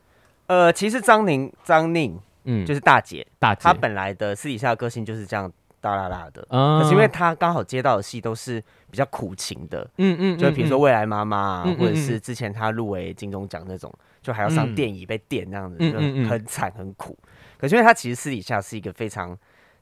Speaker 3: 呃，其实张宁张宁
Speaker 2: 嗯，
Speaker 3: 就是是大姐，
Speaker 2: 大姐
Speaker 3: 她，本来的私底下的个性就是这样大啦啦的，
Speaker 2: 嗯
Speaker 3: 可是因为她刚好接到的戏都是比较苦情的，
Speaker 2: 嗯嗯，
Speaker 3: 就比如说
Speaker 2: 嗯，
Speaker 3: 《未来妈妈》啊，
Speaker 2: 嗯嗯
Speaker 3: 或者是之前她入围金钟奖那种，就还要
Speaker 1: 嗯
Speaker 3: 上电椅被电那样子，
Speaker 2: 嗯
Speaker 3: 就
Speaker 2: 嗯嗯
Speaker 3: 很惨很苦。可是因为她其实私底下是一个非常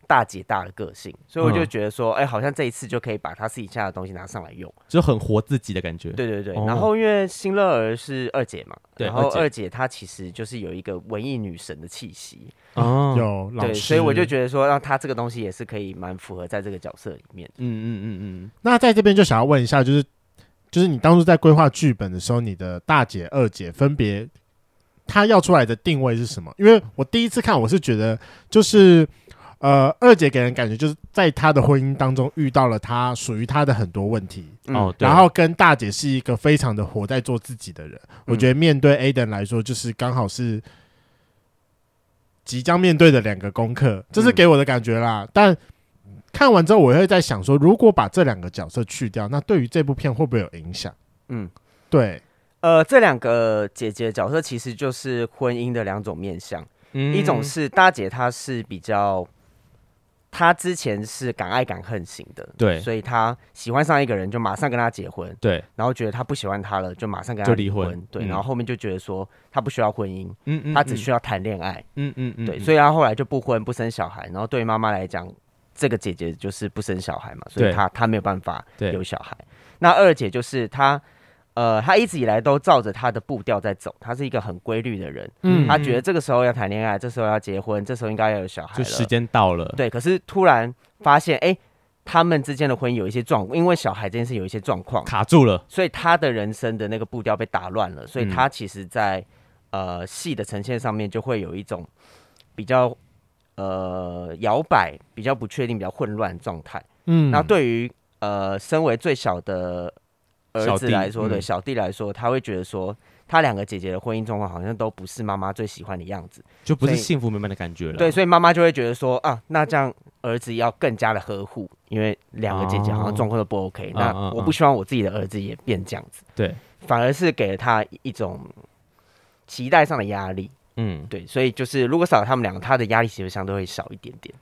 Speaker 3: 大姐大的个性，所以我就
Speaker 2: 嗯
Speaker 3: 觉得说，哎、好像这一次就可以把他私底下的东西拿上来用。
Speaker 2: 就很活自己的感觉。，
Speaker 3: 对对对，
Speaker 2: 嗯哦
Speaker 3: 然后因为新乐儿是二姐嘛，
Speaker 2: 对
Speaker 3: 然后
Speaker 2: 二姐
Speaker 3: 二姐她其实就是有一个文艺女神的气息，
Speaker 2: 哦，
Speaker 1: 有老
Speaker 3: 对，
Speaker 1: 师，
Speaker 3: 所以我就觉得说，让她这个东西也是可以蛮符合在这个角色里面。
Speaker 2: 嗯嗯嗯
Speaker 1: 那在这边就想要问一下，就是就是你当初在规划剧本的时候，你的大姐、二姐分别她要出来的定位是什么？因为我第一次看，我是觉得就是呃，二姐给人感觉就是在她的婚姻当中遇到了她属于她的很多问题。
Speaker 2: 嗯，
Speaker 3: 嗯
Speaker 2: 哦，对
Speaker 1: 然后跟大姐是一个非常的活在做自己的人，
Speaker 3: 嗯
Speaker 1: 我觉得面对 Aden 来说，就是刚好是即将面对的两个功课，这是
Speaker 3: 嗯
Speaker 1: 给我的感觉啦。但看完之后，我会在想说，如果把这两个角色去掉，那对于这部片会不会有影响？
Speaker 3: 嗯，
Speaker 1: 对，
Speaker 3: 呃，这两个姐姐的角色其实就是婚姻的两种面向，
Speaker 2: 嗯
Speaker 3: 一种是大姐，她是比较，她之前是敢爱敢恨型的，
Speaker 2: 对
Speaker 3: 所以她喜欢上一个人就马上跟他结婚，
Speaker 2: 对，
Speaker 3: 然后觉得他不喜欢他了，就马上跟
Speaker 2: 就
Speaker 3: 他
Speaker 2: 离
Speaker 3: 离
Speaker 2: 婚
Speaker 3: 对，
Speaker 2: 嗯
Speaker 3: 然后后面就觉得说他不需要婚姻，
Speaker 2: 嗯嗯，
Speaker 3: 他只需要谈恋爱，
Speaker 2: 嗯嗯嗯，
Speaker 3: 对，
Speaker 2: 以
Speaker 3: 所以他后来就不婚不生小孩，然后对于妈妈来讲，这个姐姐就是不生小孩嘛，所
Speaker 2: 对
Speaker 3: 以她她没有办法
Speaker 2: 对
Speaker 3: 有小孩。那二姐就是她，呃，她一直以来都照着她的步调在走，她是一个很规律的人，
Speaker 1: 嗯
Speaker 3: 她觉得这个时候要谈恋爱，这时候要结婚，这时候应该要有小孩
Speaker 2: 就
Speaker 3: 了，
Speaker 2: 时间到了，
Speaker 3: 对，可是突然发现，哎、他们之间的婚姻有一些状况，因为小孩这件事有一些状况，
Speaker 2: 卡住了，
Speaker 3: 所以他的人生的那个步调被打乱了，所以
Speaker 2: 嗯
Speaker 3: 他其实在，呃戏的呈现上面就会有一种比较呃摇摆、比较不确定、比较混乱的状态。
Speaker 1: 嗯
Speaker 3: 那对于呃身为最小的
Speaker 2: 小
Speaker 3: 儿子
Speaker 2: 弟
Speaker 3: 来说，对
Speaker 2: 嗯
Speaker 3: 小弟来说，他会觉得说，他两个姐姐的婚姻状况好像都不是妈妈最喜欢的样子，
Speaker 2: 就不是
Speaker 3: 所以
Speaker 2: 幸福美满的感觉了。
Speaker 3: 对，，所以妈妈就会觉得说啊，那这样儿子要更加的呵护，因为两个姐姐好
Speaker 2: 哦
Speaker 3: 像状况都不 OK，、
Speaker 2: 嗯嗯
Speaker 3: 那我
Speaker 2: 嗯
Speaker 3: 不希望我自己的儿子也变这样子。
Speaker 2: 对，
Speaker 3: 反而是给了他一种期待上的压力。
Speaker 2: 嗯，
Speaker 3: 对，所以就是如果少了他们两个，他的压力其实相对会小一点点。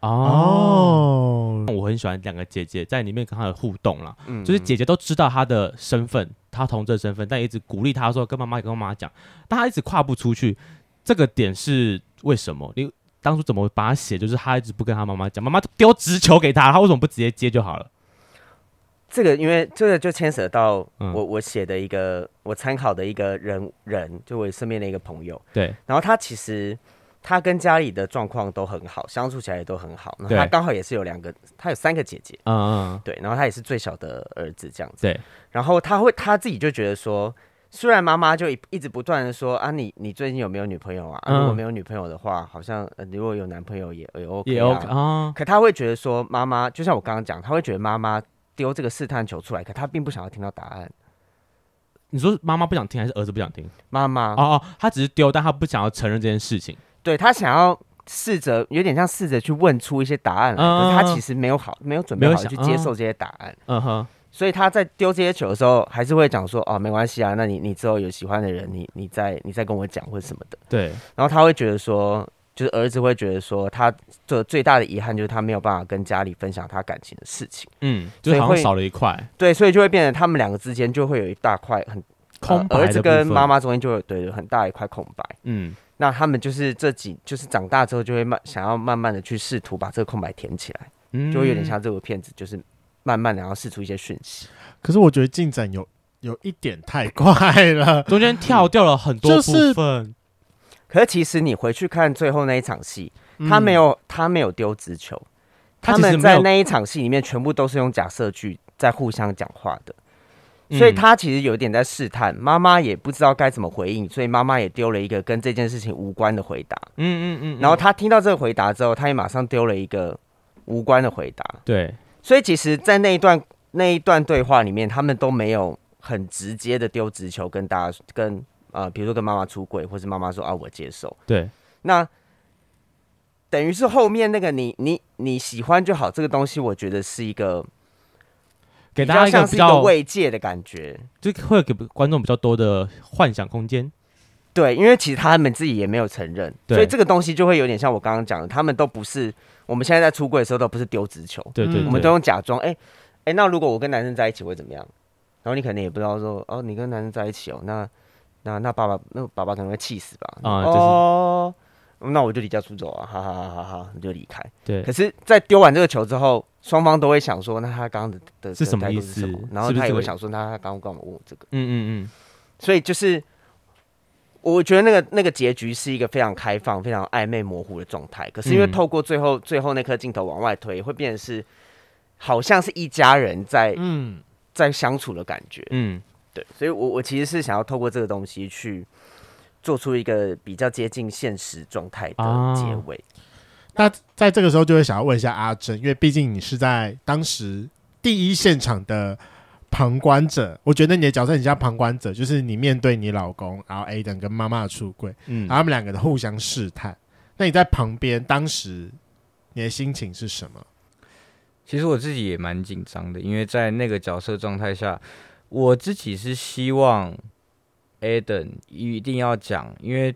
Speaker 2: 哦。
Speaker 1: 哦，
Speaker 2: 我很喜欢两个姐姐在里面跟她的互动啦，
Speaker 3: 嗯
Speaker 2: 就是姐姐都知道她的身份，她同志的身份，但一直鼓励她说跟妈妈跟妈妈讲，但她一直跨不出去，这个点是为什么？你当初怎么把她写？就是她一直不跟她妈妈讲，妈妈丢直球给她，她为什么不直接接就好了？
Speaker 3: 这个，因为这个就牵扯到我、
Speaker 2: 嗯
Speaker 3: 我写的一个我参考的一个人人，就我身边的一个朋友，
Speaker 2: 对，
Speaker 3: 然后他其实。他跟家里的状况都很好，相处起来也都很好。然后
Speaker 2: 对
Speaker 3: 他刚好也是有两个，他有三个姐姐，
Speaker 2: 嗯嗯，
Speaker 3: 对，然后他也是最小的儿子这样子。
Speaker 2: 对，
Speaker 3: 然后他会他自己就觉得说，虽然妈妈就一一直不断的说啊，你你最近有没有女朋友啊？啊如果
Speaker 2: 嗯
Speaker 3: 没有女朋友的话，好像、呃、如果有男朋友也也 OK，,、啊、
Speaker 2: 也 OK 啊，
Speaker 3: 可他会觉得说，妈妈就像我刚刚讲，他会觉得妈妈丢这个试探球出来，可他并不想要听到答案。
Speaker 2: 你说妈妈不想听还是儿子不想听？
Speaker 3: 妈妈，
Speaker 2: 哦哦，她只是丢，但她不想要承认这件事情。
Speaker 3: 对他想要试着有点像试着去问出一些答案来，啊可
Speaker 2: 嗯
Speaker 3: 是
Speaker 2: 嗯嗯
Speaker 3: 他其实没有好没有准备
Speaker 2: 没有
Speaker 3: 好去
Speaker 2: 想
Speaker 3: 接
Speaker 2: 嗯
Speaker 3: 受这些答案。
Speaker 2: 嗯哼，
Speaker 3: 所以他在丢这些球的时候，还是会讲说哦，没关系啊，那你你之后有喜欢的人，你你再你再跟我讲或者什么的。
Speaker 2: 对，
Speaker 3: 然后他会觉得说，就是儿子会觉得说，他做最大的遗憾就是他没有办法跟家里分享他感情的事情。
Speaker 2: 嗯，
Speaker 3: 所
Speaker 2: 就
Speaker 3: 以
Speaker 2: 好像
Speaker 3: 会
Speaker 2: 少了一块
Speaker 3: 对，所以就会变成他们两个之间就会有一大块很
Speaker 2: 空白的
Speaker 3: 呃儿子
Speaker 2: 部分
Speaker 3: 跟妈，妈中间就有对有很大一块空白。
Speaker 2: 嗯，
Speaker 3: 那他们就是这几，就是长大之后就会慢想要慢慢的去试图把这个空白填起来，就会有
Speaker 2: 嗯
Speaker 3: 点像这部片子，就是慢慢的要试出一些讯息。
Speaker 1: 可是我觉得进展有有一点太快了，
Speaker 2: 中间跳掉了很多
Speaker 1: 就
Speaker 2: 部
Speaker 1: 是
Speaker 2: 分，
Speaker 3: 可是其实你回去看最后那一场戏，他没
Speaker 1: 有。
Speaker 3: 有他没有丢直球，
Speaker 2: 嗯他
Speaker 3: 他
Speaker 2: 其实
Speaker 3: 们
Speaker 2: 没
Speaker 3: 在
Speaker 2: 有
Speaker 3: 那一场戏里面全部都是用假设句在互相讲话的，所以
Speaker 2: 嗯
Speaker 3: 他其实有点在试探，妈妈也不知道该怎么回应，所以妈妈也丢了一个跟这件事情无关的回答。
Speaker 2: 嗯嗯嗯嗯，
Speaker 3: 然后他听到这个回答之后，他也马上丢了一个无关的回答。
Speaker 2: 对，
Speaker 3: 所以其实，在那一段那一段对话里面，他们都没有很直接的丢直球跟大家跟呃，比如说跟妈妈出轨，或是妈妈说啊我接受。
Speaker 2: 对，
Speaker 3: 那等于是后面那个你你你喜欢就好这个东西，我觉得是一个
Speaker 2: 给
Speaker 3: 比
Speaker 2: 大家
Speaker 3: 较
Speaker 2: 一个
Speaker 3: 像是
Speaker 2: 比
Speaker 3: 一个
Speaker 2: 较，
Speaker 3: 慰藉的感觉。
Speaker 2: 就会给观众比较多的幻想空间。
Speaker 3: 对，因为其实他们自己也没有承认，
Speaker 2: 对
Speaker 3: 所以这个东西就会有点像我刚刚讲的，他们都不是我们现在在出柜的时候都不是丢直球，
Speaker 2: 对对，
Speaker 1: 嗯
Speaker 3: 我们
Speaker 2: 对
Speaker 3: 都用假装，哎、哎、那如果我跟男生在一起会怎么样？然后你可能也不知道说，哦，你跟男生在一起哦，那那那爸爸那爸爸可能会气死吧？
Speaker 2: 啊就是
Speaker 3: 哦，那我就离家出走啊，哈哈哈哈哈，你就离开。
Speaker 2: 对
Speaker 3: 可，是，在丢完这个球之后，双方都会想说，那他刚刚的的
Speaker 2: 是什么
Speaker 3: 的态度
Speaker 2: 意
Speaker 3: 是
Speaker 2: 思
Speaker 3: 什么然后
Speaker 2: 是不是
Speaker 3: 他也
Speaker 2: 这个
Speaker 3: 会想说，那他刚刚干嘛问我这个？
Speaker 2: 嗯嗯
Speaker 3: 所以就是，我觉得那个那个结局是一个非常开放、非常暧昧、模糊的状态。可是因为
Speaker 2: 嗯
Speaker 3: 透过最后、最后那颗镜头往外推，会变成是好像是一家人在、
Speaker 1: 嗯，
Speaker 3: 在相处的感觉。
Speaker 2: 嗯
Speaker 3: 对，所以我我其实是想要透过这个东西去做出一个比较接近现实状态的
Speaker 2: 啊
Speaker 3: 结尾。
Speaker 1: 那在这个时候就会想要问一下阿珍，因为毕竟你是在当时第一现场的旁观者，我觉得你的角色很像旁观者，就是你面对你老公，然后 Aden 跟妈妈的出柜，
Speaker 2: 嗯
Speaker 1: 然后他们两个的互相试探。那你在旁边，当时你的心情是什么？
Speaker 4: 其实我自己也蛮紧张的，因为在那个角色状态下，我自己是希望 Eden 一定要讲，因为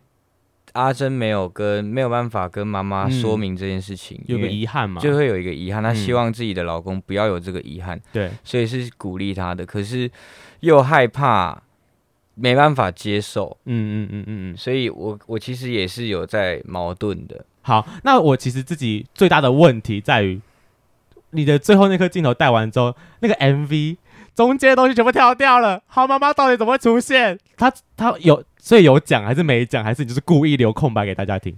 Speaker 4: 阿珍没有跟没有办法跟妈妈说明这件事情，
Speaker 2: 嗯有
Speaker 4: 因
Speaker 2: 个
Speaker 4: 为
Speaker 2: 遗憾嘛，
Speaker 4: 就会有一个遗憾。她
Speaker 2: 嗯
Speaker 4: 希望自己的老公不要有这个遗憾，
Speaker 3: 嗯
Speaker 2: 对，
Speaker 4: 所以是鼓励她的，可是又害怕没办法接受，
Speaker 2: 嗯嗯嗯嗯嗯。
Speaker 4: 所以我我其实也是有在矛盾的。
Speaker 2: 好，那我其实自己最大的问题在于，你的最后那颗镜头带完之后，那个 MV 中间的东西全部跳掉了，好妈妈到底怎么会出现？他他有所以有讲还是没讲，还是你就是故意留空白给大家听？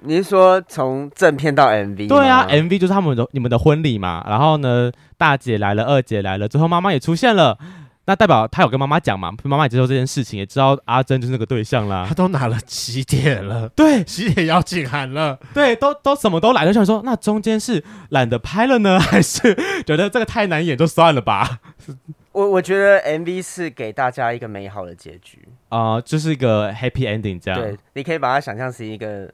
Speaker 3: 你是说从正片到 MV？
Speaker 2: 对啊
Speaker 3: 吗
Speaker 2: ，MV 就是他们的你们的婚礼嘛，然后呢，大姐来了，二姐来了，最后妈妈也出现了。那代表他有跟妈妈讲嘛，妈妈也接受这件事情，也知道阿珍就是那个对象啦
Speaker 1: 他。都拿了喜帖了，
Speaker 2: 对
Speaker 1: 喜帖邀请函了，
Speaker 2: 对，都都什么都来了，想说那中间是懒得拍了呢，还是觉得这个太难演就算了吧？
Speaker 3: 我我觉得 MV 是给大家一个美好的结局，
Speaker 2: 啊、就是一个 happy ending 这样。
Speaker 3: 对，你可以把它想象是一个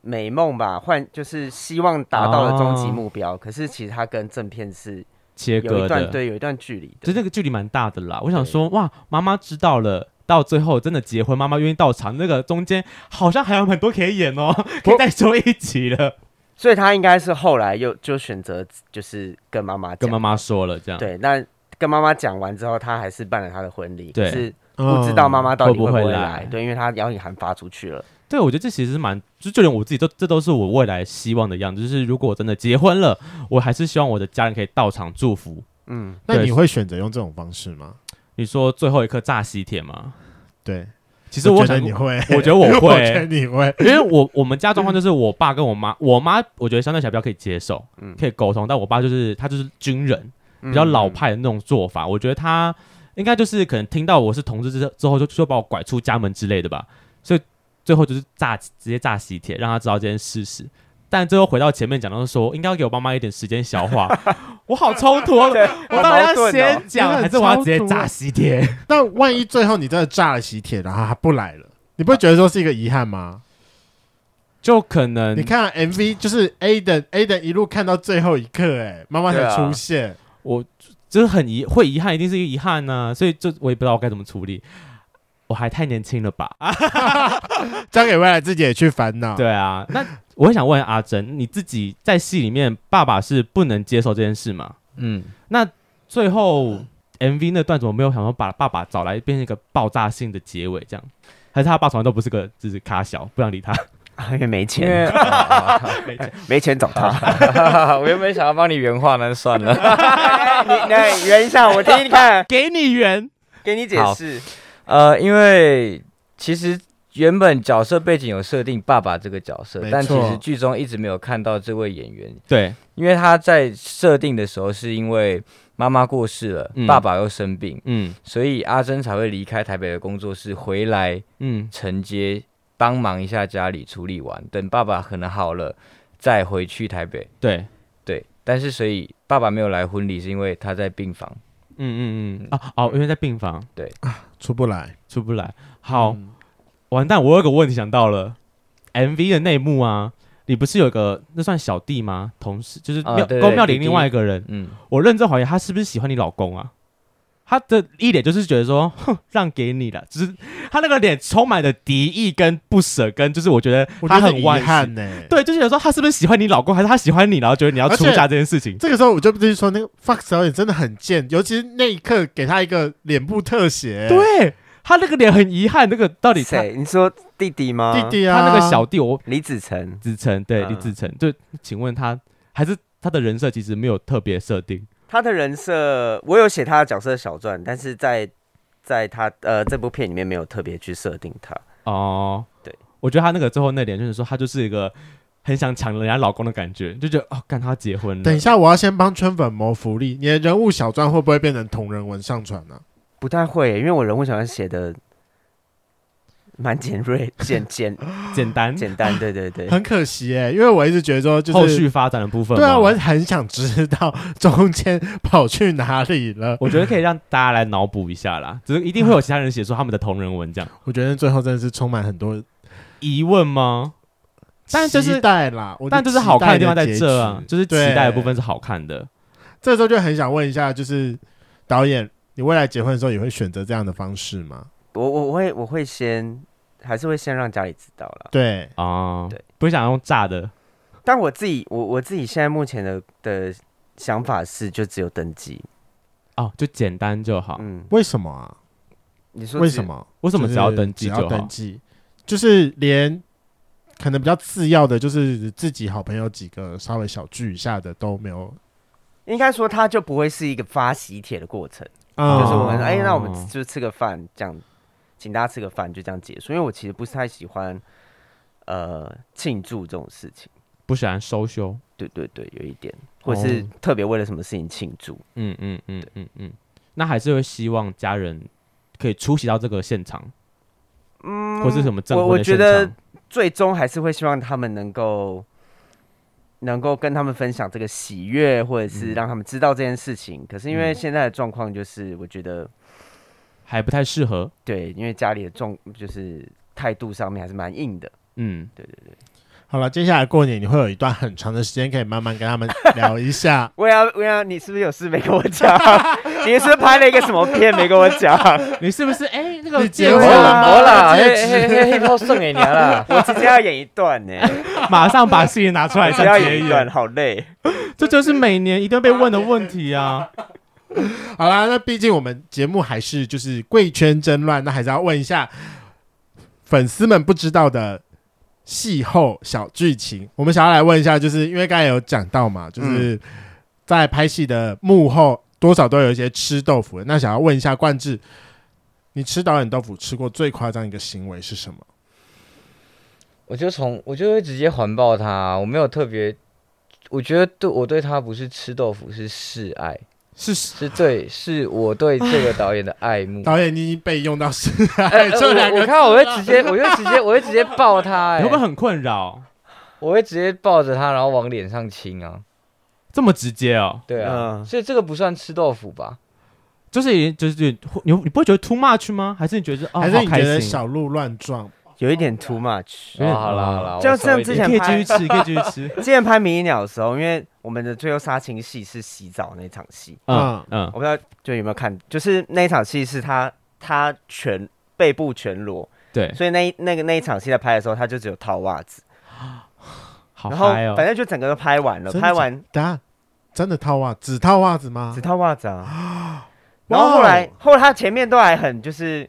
Speaker 3: 美梦吧，换就是希望达到的终极目标。可是其实它跟正片是
Speaker 2: 切
Speaker 3: 有
Speaker 2: 割
Speaker 3: 一
Speaker 2: 的，
Speaker 3: 段，对，有一段距离
Speaker 2: 就
Speaker 3: 的。
Speaker 2: 那个距离蛮大的啦。我想说，哇，妈妈知道了。到最后真的结婚，妈妈愿意到场，那个中间好像还有很多可以演哦，可以再说一集了。
Speaker 3: 所以他应该是后来又就选择就是跟妈妈
Speaker 2: 跟
Speaker 3: 讲
Speaker 2: 妈妈说了这样，
Speaker 3: 对，那跟妈妈讲完之后，他还是办了他的婚礼，可
Speaker 2: 对
Speaker 3: 是不知道
Speaker 1: 嗯
Speaker 3: 妈妈到底
Speaker 2: 会不
Speaker 3: 会
Speaker 2: 会
Speaker 3: 会
Speaker 2: 来
Speaker 3: 来，对，因为他邀请函发出去了。
Speaker 2: 对，我觉得这其实是蛮，就就连我自己都，这都是我未来希望的样子。就是如果我真的结婚了，我还是希望我的家人可以到场祝福。
Speaker 3: 嗯，
Speaker 1: 那
Speaker 2: 对
Speaker 1: 你会选择用这种方式吗？
Speaker 2: 你说最后一刻炸喜帖吗？
Speaker 1: 对，
Speaker 2: 其实
Speaker 1: 我
Speaker 2: 我
Speaker 1: 觉得
Speaker 2: 想
Speaker 1: 你
Speaker 2: 过，
Speaker 1: 会，
Speaker 2: 我觉得 我
Speaker 1: 我觉得
Speaker 2: 会，
Speaker 1: 你会，
Speaker 2: 因为我我们家状况就是我爸跟我妈，我妈我觉得相对起来比较可以接受，
Speaker 3: 嗯
Speaker 2: 可以沟通，但我爸就是他就是军人，比较老
Speaker 3: 嗯
Speaker 2: 派的那种做法。我觉得他应该就是可能听到我是同志之之后就就把我拐出家门之类的吧，所以最后就是炸直接炸喜帖，让他知道这件事实。但最后回到前面讲到说，应该要给我爸妈一点时间消 化，我好冲突哦，
Speaker 3: 对，
Speaker 2: 我到底
Speaker 3: 好
Speaker 2: 要
Speaker 3: 矛盾哦
Speaker 2: 先
Speaker 1: 真
Speaker 2: 讲
Speaker 1: 的
Speaker 2: 还是我要直接
Speaker 1: 超突哦
Speaker 2: 炸喜帖？
Speaker 1: 那万一最后你真的炸了喜帖，然后他不来了，你不会觉得说是一个遗憾吗？
Speaker 2: 就可能
Speaker 1: 你看 MV 就是 Aden Aden 一路看到最后一刻、哎，妈妈才
Speaker 3: 对啊
Speaker 1: 出现，
Speaker 2: 我就是很遗会遗憾，一定是一个遗憾呢、所以就我也不知道我该怎么处理。我还太年轻了吧？啊，
Speaker 1: 交给未来自己也去烦恼。
Speaker 2: 对啊。那我很想问阿珍，你自己在戏里面，爸爸是不能接受这件事吗？
Speaker 4: 嗯，
Speaker 2: 那最后 MV 那段怎么没有想说把爸爸找来变成一个爆炸性的结尾这样？还是他爸从来都不是个就是卡小，不想理 他？
Speaker 3: 因为没
Speaker 4: 因
Speaker 3: 钱，
Speaker 4: 为
Speaker 2: 没钱
Speaker 3: 没钱找他。
Speaker 4: 我原本想要帮你原话，那算了。
Speaker 3: 你来圆一下，我听听看，
Speaker 2: 给你圆，
Speaker 3: 给你解释。
Speaker 4: 呃，因为其实原本角色背景有设定爸爸这个角色
Speaker 1: 没，
Speaker 4: 但其
Speaker 1: 错
Speaker 4: 实剧中一直没有看到这位演员，
Speaker 2: 对，
Speaker 4: 因为他在设定的时候是因为妈妈过世了，
Speaker 2: 嗯
Speaker 4: 爸爸又生病，
Speaker 2: 嗯
Speaker 4: 所以阿珍才会离开台北的工作室回来
Speaker 2: 嗯
Speaker 4: 承接帮忙一下家里处理完，等爸爸可能好了再回去台北。
Speaker 2: 对，
Speaker 4: 对，但是所以爸爸没有来婚礼是因为他在病房。
Speaker 2: 嗯嗯嗯啊哦，因为在病房
Speaker 1: 啊出不来。
Speaker 2: 出不来。好，
Speaker 1: 嗯，
Speaker 2: 完蛋，我有个问题想到了，MV 的内幕啊，你不是有个那算小弟吗？同事就是
Speaker 4: 啊
Speaker 2: 庙
Speaker 4: 对对
Speaker 2: 宫庙里
Speaker 4: 弟弟
Speaker 2: 另外一个人，
Speaker 4: 嗯，
Speaker 2: 我认真怀疑他是不是喜欢你老公啊？他的一脸就是觉得说， 哼，让给你了，就是他那个脸充满了敌意跟不舍，跟就是我觉得
Speaker 1: 我觉
Speaker 2: 他
Speaker 1: 得
Speaker 2: 很
Speaker 1: 很遗
Speaker 2: 惋惜
Speaker 1: 憾哎呢、，
Speaker 2: 对，就是有时候他是不是喜欢你老公，还是他喜欢你，然后觉得你要出嫁这件事情？
Speaker 1: 这个时候我就必须说，那个 Fox 导演真的很贱，尤其是那一刻给他一个脸部特写、
Speaker 2: 对，他那个脸很遗憾，那个到底他
Speaker 3: 谁？你说弟弟吗？
Speaker 1: 弟弟
Speaker 2: 他
Speaker 1: 啊，
Speaker 2: 那个小弟我
Speaker 3: 李子成，
Speaker 2: 子成对
Speaker 3: 嗯
Speaker 2: 李子成，就请问他还是他的人设其实没有特别设定，
Speaker 3: 他的人设我有写他的角色小传，但是在在他呃这部片里面没有特别去设定他。
Speaker 2: 哦，
Speaker 3: 对，
Speaker 2: 我觉得他那个最后那点就是说，他就是一个很想抢人家老公的感觉，就觉得哦，干他结婚了。
Speaker 1: 等一下，我要先帮圈粉谋福利。你的人物小传会不会变成同人文上传啊呢、
Speaker 3: 不太会耶，因为我人物小传写的蛮简锐、 简简
Speaker 2: 简单，
Speaker 3: 简单，对对对。
Speaker 1: 很可惜哎、因为我一直觉得说，就是
Speaker 2: 后续发展的部分吗。
Speaker 1: 对啊，我很想知道中间跑去哪里了。
Speaker 2: 我觉得可以让大家来脑补一下啦，只是一定会有其他人写出他们的同人文这样
Speaker 1: 我觉得最后真的是充满很多
Speaker 2: 疑问吗？但就是
Speaker 1: 期待啦，我
Speaker 2: 但就是好看的地方在这啊，
Speaker 1: 就
Speaker 2: 就是期待的
Speaker 1: 对
Speaker 2: 部分是好看的。
Speaker 1: 这时候就很想问一下，就是导演，你未来结婚的时候也会选择这样的方式吗？
Speaker 3: 我我我会我会先还是会先让家里知道了，
Speaker 1: 对，
Speaker 2: 哦，
Speaker 3: 对，
Speaker 2: 不想用炸的
Speaker 3: 但我自己我我自己现在目前的的想法是就只有登记，
Speaker 2: 哦，就简单就好。
Speaker 3: 嗯，
Speaker 1: 为什么啊？
Speaker 3: 你说
Speaker 1: 为
Speaker 3: 只
Speaker 1: 什？么？
Speaker 2: 为什么
Speaker 1: 就是
Speaker 2: 只要登记
Speaker 1: 只要
Speaker 2: 就
Speaker 1: 登
Speaker 2: 好？
Speaker 1: 记，就是连可能比较次要的，就是自己好朋友几个稍微小聚一下的都没有。
Speaker 3: 应该说它就不会是一个发喜帖的过程，
Speaker 1: 嗯
Speaker 3: 就是我们
Speaker 2: 哦
Speaker 3: 哎、那我们就吃个饭这样，请大家吃个饭就这样结束，因为我其实不是太喜欢呃庆祝这种事情，
Speaker 2: 不喜欢收修。
Speaker 3: 对对对，有一点，或者是
Speaker 1: 哦
Speaker 3: 特别为了什么事情庆祝，
Speaker 2: 嗯嗯嗯嗯嗯，那还是会希望家人可以出席到这个现场，嗯，或是什么证
Speaker 3: 我
Speaker 2: 婚
Speaker 3: 我
Speaker 2: 的
Speaker 3: 觉
Speaker 2: 现
Speaker 3: 得
Speaker 2: 场。
Speaker 3: 最终还是会希望他们能够能够跟他们分享这个喜悦，或者是让他们知道这件事情。可是因为
Speaker 2: 嗯
Speaker 3: 现在的状况就是，我觉得
Speaker 2: 还不太适合。
Speaker 3: 对，因为家里的状就是态度上面还是蛮硬的。
Speaker 2: 嗯，
Speaker 1: 好了，接下来过年你会有一段很长的时间可以慢慢跟他们聊一下。
Speaker 3: 薇娅，薇娅，你是不是有事没跟我 讲？你是不是拍了一个什么片没跟我讲？
Speaker 2: 你是不是哎、那个
Speaker 1: 你结婚
Speaker 2: 婚
Speaker 1: 了
Speaker 2: 了
Speaker 1: 吗
Speaker 2: 吗？
Speaker 4: 好啦，
Speaker 1: 戒
Speaker 4: 嘿
Speaker 1: 指
Speaker 4: 嘿嘿嘿，都送给你了。
Speaker 3: 我直接要演一段呢、
Speaker 2: 马上把戏拿出来
Speaker 3: 我直
Speaker 2: 再
Speaker 3: 接要
Speaker 2: 结
Speaker 3: 演一段，
Speaker 2: 缘，
Speaker 3: 好累。
Speaker 2: 这就是每年一定被问的问题啊。
Speaker 1: 好啦，那毕竟我们节目还是就是贵圈争乱，那还是要问一下粉丝们不知道的戏后小剧情。我们想要来问一下，就是因为刚才有讲到嘛，就是在拍戏的幕后多少都有一些吃豆腐的。那想要问一下冠志，你吃导演豆腐吃过最夸张一个行为是什么？
Speaker 4: 我就从我就会直接环抱他，我没有特别，我觉得对我对他不是吃豆腐，是示爱，
Speaker 1: 是
Speaker 4: 是对，是我对这个导演的爱慕。
Speaker 1: 导演，你已经被用到是
Speaker 4: 哎
Speaker 1: 爱
Speaker 4: 呃
Speaker 1: 这两
Speaker 4: 我
Speaker 1: 个
Speaker 4: 我看我会直接，我会直接，我会直接抱他、
Speaker 2: 你
Speaker 4: 哎
Speaker 2: 会不会很困扰？
Speaker 4: 我会直接抱着他，然后往脸上亲啊。
Speaker 2: 这么直接哦，
Speaker 4: 对啊，
Speaker 3: 嗯
Speaker 4: 所以这个不算吃豆腐吧？
Speaker 2: 就是已经就是你你不会觉得 too much 吗？还是你觉得哦，
Speaker 1: 还是你
Speaker 2: 好开
Speaker 1: 觉得
Speaker 2: 心
Speaker 1: 小鹿乱撞？
Speaker 3: 有一点 too much。
Speaker 2: 有点
Speaker 4: 哦好啦
Speaker 2: 嗯
Speaker 4: 好啦，
Speaker 3: 就
Speaker 4: 我
Speaker 3: 像
Speaker 4: 稍微
Speaker 3: 之
Speaker 2: 你
Speaker 3: 前
Speaker 2: 可以继
Speaker 3: 拍
Speaker 2: 续吃，你可以继续吃。
Speaker 3: 之前拍《迷你鸟》的时候，因为我们的最后杀青戏是洗澡那场戏，
Speaker 2: 嗯
Speaker 1: 嗯
Speaker 2: 嗯
Speaker 3: 我不知道就有没有看，就是那一场戏是他他全背部全裸，
Speaker 2: 对，
Speaker 3: 所以那一那个那一场戏在拍的时候，他就只有套袜子，
Speaker 2: 好
Speaker 3: 然后
Speaker 2: 嗨哦
Speaker 3: 反！正就整个都拍完了，
Speaker 1: 真的
Speaker 3: 拍完
Speaker 1: 等一下真的套袜，只套袜子吗
Speaker 3: 只？套袜子啊。然后后来后来他前面都还很就是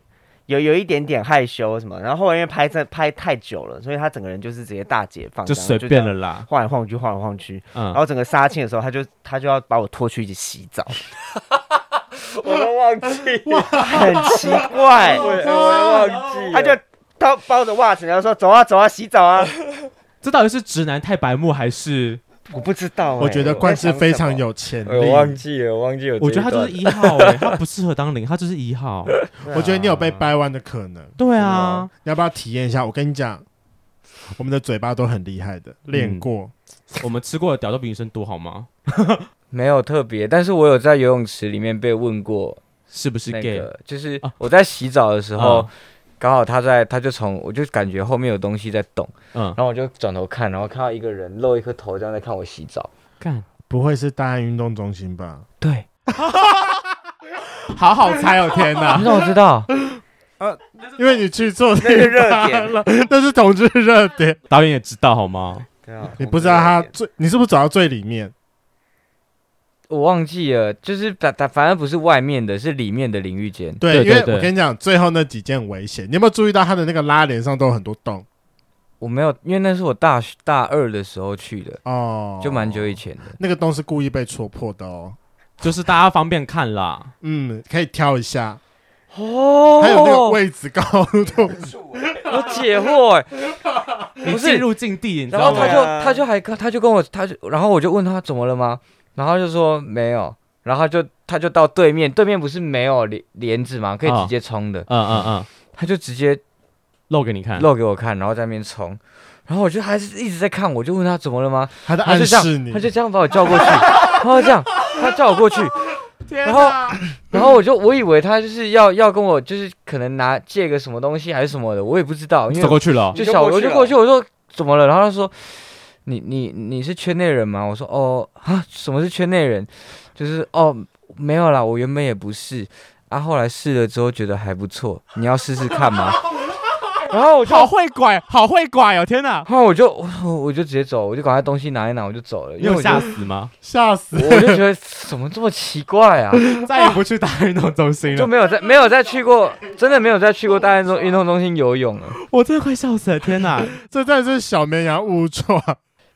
Speaker 3: 有有一点点害羞什么，然后后来因为拍这拍太久了，所以他整个人就是直接大解放，
Speaker 2: 就
Speaker 3: 这样
Speaker 2: 随
Speaker 3: 这
Speaker 2: 便
Speaker 3: 样
Speaker 2: 了啦，
Speaker 3: 晃来晃去，晃来晃去，然
Speaker 2: 嗯，
Speaker 3: 后整个杀青的时候，他就他就要把我拖去一起洗澡，
Speaker 4: 我都忘记，
Speaker 3: 很奇 怪。
Speaker 4: 我我忘记了，
Speaker 3: 他就他抱着袜子，然后说：“走啊，走啊，洗澡啊。
Speaker 2: 这到底是直男太白目，还是”
Speaker 3: 我不知道欸、
Speaker 1: 我觉得冠志非常有潜
Speaker 4: 呃我忘
Speaker 1: 力。
Speaker 4: 记了，我忘记有这
Speaker 2: 我
Speaker 4: 一段
Speaker 2: 觉得
Speaker 4: 了。
Speaker 2: 他就是一号哎，他不适合当零，他就是一号。
Speaker 1: 我觉得你有被掰弯的可能，
Speaker 2: 对啊，
Speaker 1: 你要不要体验一下？我跟你讲，我们的嘴巴都很厉害
Speaker 2: 嗯
Speaker 1: 的，练过。
Speaker 2: 我们吃过的屌都比女生多好吗？
Speaker 4: 没有特别，但是我有在游泳池里面被问过
Speaker 2: 是不是
Speaker 4: 那
Speaker 2: gay？
Speaker 4: 个，就是
Speaker 2: 啊
Speaker 4: 我在洗澡的时候
Speaker 2: 嗯，
Speaker 4: 刚好他在，他就从我就感觉后面有东西在动，
Speaker 2: 嗯
Speaker 4: 然，后我就转头看，然后看到一个人露一颗头这样在看我洗澡。
Speaker 2: 干，
Speaker 1: 不会是大安运动中心吧？
Speaker 4: 对，
Speaker 2: 好好猜哦，天 哪
Speaker 4: 你！怎么知道？
Speaker 1: 因为你去做
Speaker 3: 那是热点
Speaker 1: 了， 那是同志热 点。
Speaker 2: 导演也知道好吗？
Speaker 3: 对啊
Speaker 1: 你不知道他最，你是不是走到最里面？
Speaker 4: 我忘记了，就是反反反正不是外面的，是里面的淋浴间。
Speaker 1: 对，
Speaker 2: 对
Speaker 1: 因为
Speaker 2: 对对
Speaker 1: 我跟你讲，最后那几件很危险，你有没有注意到它的那个拉帘上都有很多洞？
Speaker 4: 我没有，因为那是我大学大二的时候去的，
Speaker 1: 哦，
Speaker 4: 就蛮久以前的。
Speaker 1: 那个洞是故意被戳破的哦。
Speaker 2: 就是大家方便看啦。
Speaker 1: 嗯，可以挑一下，
Speaker 4: 哦
Speaker 1: 还有那个位置高度，
Speaker 4: 我解惑哎、
Speaker 2: 你
Speaker 4: 不是
Speaker 2: 进入境地，你知
Speaker 4: 然后
Speaker 2: 道
Speaker 4: 他
Speaker 2: 吗？
Speaker 4: 就
Speaker 3: 对啊
Speaker 4: 他就还跟他就跟我他就然后我就问他怎么了吗？然后他就说没有，然后他就他就到对面，对面不是没有帘帘子吗？可以
Speaker 2: 啊
Speaker 4: 直接冲的，
Speaker 2: 嗯嗯嗯，
Speaker 4: 他就直接
Speaker 2: 露给你看。
Speaker 4: 露给我看，然后在那边冲，然后我就还是一直在看，我就问他怎么了吗？
Speaker 1: 他在
Speaker 4: 他
Speaker 1: 暗
Speaker 4: 就这
Speaker 1: 示你
Speaker 4: 样，他。就这样把我叫过去，然后这样他叫我过去，然后然后我就我以为他就是要要跟我就是可能拿借个什么东西还是什么的，我也不知道，因
Speaker 2: 你
Speaker 4: 为
Speaker 2: 走过去了哦，
Speaker 4: 就
Speaker 3: 你就
Speaker 4: 小
Speaker 3: 过去
Speaker 4: 我就
Speaker 3: 了
Speaker 4: 过去，我说怎么了？然后他说你你你是圈内人吗？我说哦啊，什么是圈内人？就是哦没有啦，我原本也不是，啊后来试了之后觉得还不错，你要试试看吗？ 然后我就，
Speaker 2: 好会拐，好会拐哦！天哪，
Speaker 4: 然后我就我我就直接走，我就赶快东西拿一拿，我就走了，
Speaker 2: 你
Speaker 4: 因为
Speaker 2: 有
Speaker 4: 我
Speaker 2: 吓
Speaker 4: 就
Speaker 2: 死 吗？
Speaker 1: 吓死！
Speaker 4: 我就觉得怎么这么奇怪啊，
Speaker 2: 再也不去打运动中心
Speaker 4: 就
Speaker 2: 了，
Speaker 4: 没有再没有再去过，真的没有再去过大运动运动中心游泳了。
Speaker 2: 我真的快笑死了！天哪，
Speaker 1: 这真的是小绵羊误撞，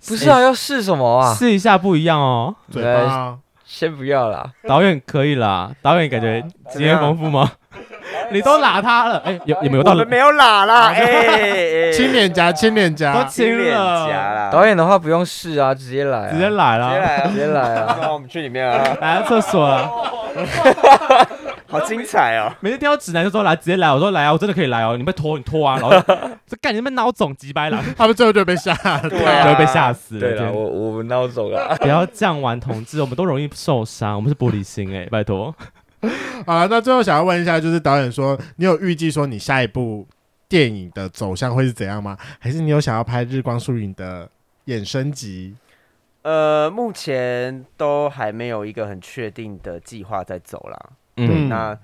Speaker 4: 不是啊，要试什么啊？
Speaker 2: 试一下不一样哦。
Speaker 1: 嘴巴
Speaker 4: 先不要啦。
Speaker 2: 导演可以啦，导演感觉
Speaker 4: 啊
Speaker 2: 经验丰富吗？ 你都拿他了，哎，有有没有到
Speaker 3: 我们没有喇啦，哎、哎
Speaker 1: 亲脸颊，亲脸
Speaker 4: 啊
Speaker 2: 都
Speaker 1: 颊，
Speaker 2: 亲
Speaker 3: 亲脸颊
Speaker 2: 了，
Speaker 3: 啦，
Speaker 4: 导演的话不用试啊，直接来、啊，
Speaker 2: 直接来
Speaker 3: 直
Speaker 2: 了，
Speaker 3: 接来啊
Speaker 4: 直，接来啊！
Speaker 3: 那我们去里面啊，
Speaker 2: 来到厕所 了。
Speaker 3: 好精彩哦！
Speaker 2: 每次听到指南就说来，直接来，我说来啊，我真的可以来哦，你被拖你拖啊，然 后这干你们脑总几百了，
Speaker 1: 他们最后就被吓 了。
Speaker 3: 对
Speaker 2: 就
Speaker 3: 啊
Speaker 2: 会被吓死了。
Speaker 4: 对
Speaker 2: 天
Speaker 4: 了，
Speaker 2: 哪
Speaker 4: 我我闹走了。
Speaker 2: 不要这样玩同志，我们都容易受伤，我们是玻璃心哎、拜托。
Speaker 1: 好了，那最后想要问一下，就是导演说，你有预计说你下一部电影的走向会是怎样吗？还是你有想要拍《日光树影》的衍生集？
Speaker 3: 呃，目前都还没有一个很确定的计划在走啦。
Speaker 1: 嗯
Speaker 3: 那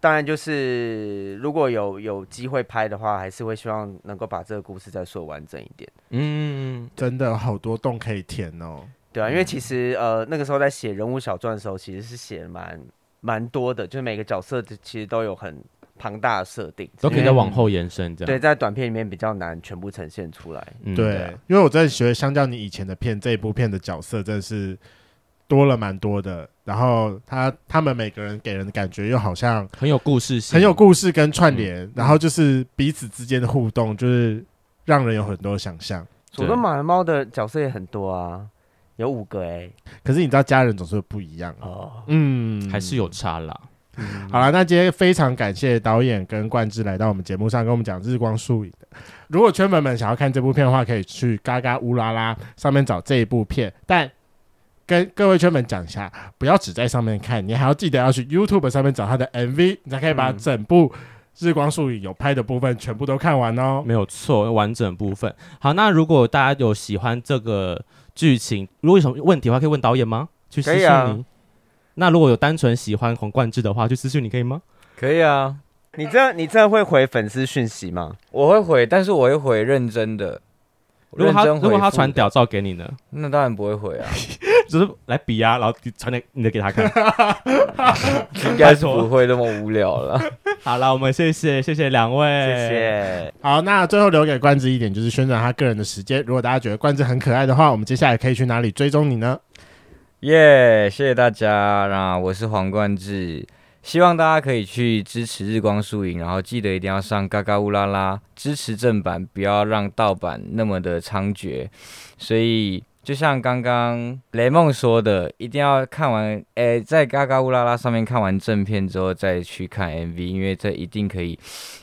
Speaker 3: 当然就是如果有有机会拍的话，还是会希望能够把这个故事再说完整一点。
Speaker 2: 嗯，
Speaker 1: 真的有好多洞可以填哦。
Speaker 3: 对啊，因为其实呃那个时候在写人物小传的时候，其实是写得蛮蛮多的，就是每个角色的其实都有很庞大的设定，
Speaker 2: 都可以
Speaker 3: 只
Speaker 2: 再
Speaker 3: 是
Speaker 2: 往后延伸这样。
Speaker 3: 对，在短片里面比较难全部呈现出来。
Speaker 2: 嗯
Speaker 1: 对，
Speaker 3: 啊
Speaker 1: 因为我真的觉得，相较你以前的片，这一部片的角色真的是多了蛮多的。然后他他们每个人给人的感觉又好像
Speaker 2: 很有故事性，
Speaker 1: 很有故事跟串联，然后就是彼此之间的互动，就是让人有很多想象。
Speaker 3: 佐
Speaker 2: 对
Speaker 3: 敦马人猫的角色也很多啊，有五个哎、
Speaker 1: 可是你知道，家人总是不一样啊。
Speaker 3: 哦，
Speaker 1: 嗯，
Speaker 2: 还是有差啦。
Speaker 1: 好了，那今天非常感谢导演跟冠之来到我们节目上跟我们讲《日光树影》的。如果圈粉们想要看这部片的话，可以去嘎嘎乌拉拉上面找这一部片。但跟各位圈粉讲一下，不要只在上面看，你还要记得要去 YouTube 上面找他的 MV，你才可以把整部《日光树影》有拍的部分全部都看完哦。
Speaker 2: 没有错，完整部分。好，那如果大家有喜欢这个剧情，如果有什么问题的话，可以问导演吗？去私
Speaker 3: 可以
Speaker 2: 信
Speaker 3: 啊
Speaker 2: 你。那如果有单纯喜欢洪冠志的话，去私信你可以吗？
Speaker 4: 可以啊，
Speaker 3: 你这你这会回粉丝讯息吗？
Speaker 4: 我会回，但是我会回认真的。
Speaker 2: 如果他
Speaker 4: 认真回
Speaker 2: 如
Speaker 4: 复
Speaker 2: 果他传，屌照给你呢，
Speaker 4: 那当然不会 回啊，
Speaker 2: 就是来比啊，然后你传点你的给他看。
Speaker 4: 应该是不会那么无聊了。
Speaker 2: 好了，我们谢谢谢谢两位，
Speaker 3: 谢谢。
Speaker 1: 好，那最后留给冠之一点就是宣传他个人的时间。如果大家觉得冠之很可爱的话，我们接下来可以去哪里追踪你呢？
Speaker 4: 耶谢谢大家。那我是黄冠志，希望大家可以去支持日光树影，然后记得一定要上嘎嘎乌拉拉，支持正版，不要让盗版那么的猖獗。所以。就像刚刚雷梦说的，一定要看完，诶、在嘎嘎乌拉拉上面看完正片之后再去看 MV，因为这一定可以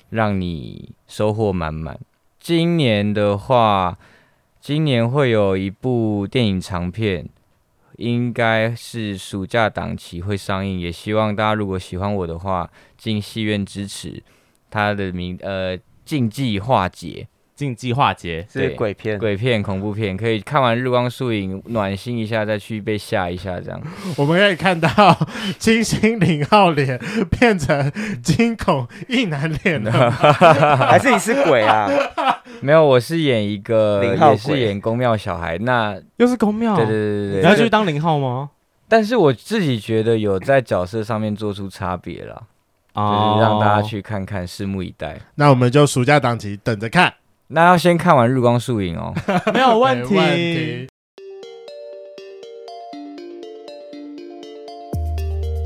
Speaker 4: 让你收获满满。今年的话，今年会有一部电影长片，应该是暑假档期会上映，也希望大家如果喜欢我的话，进戏院支持。它的名呃，禁忌化解
Speaker 2: 竞技化节，
Speaker 3: 是
Speaker 4: 对
Speaker 3: 鬼片，
Speaker 4: 鬼片、恐怖片，可以看完《日光树影》暖心一下，再去被吓一下这样。
Speaker 1: 我们可以看到 金星零号脸变成惊恐一男脸
Speaker 2: 嗯
Speaker 1: 了。
Speaker 3: 还是你是 鬼啊？
Speaker 4: 没有，我是演一个
Speaker 3: 零号
Speaker 4: 也
Speaker 3: 鬼
Speaker 4: 是演宫庙小孩，那
Speaker 2: 又是公庙，
Speaker 4: 对对对对
Speaker 2: 你要
Speaker 4: 对，
Speaker 2: 去当零号吗？
Speaker 4: 但是我自己觉得有在角色上面做出差别啦，就是让
Speaker 2: 哦
Speaker 4: 大家去看看，拭目以待。
Speaker 1: 那我们就暑假档期等着看，
Speaker 4: 那要先看完《日光树影》哦。
Speaker 2: 没有问
Speaker 1: 没
Speaker 2: 题。。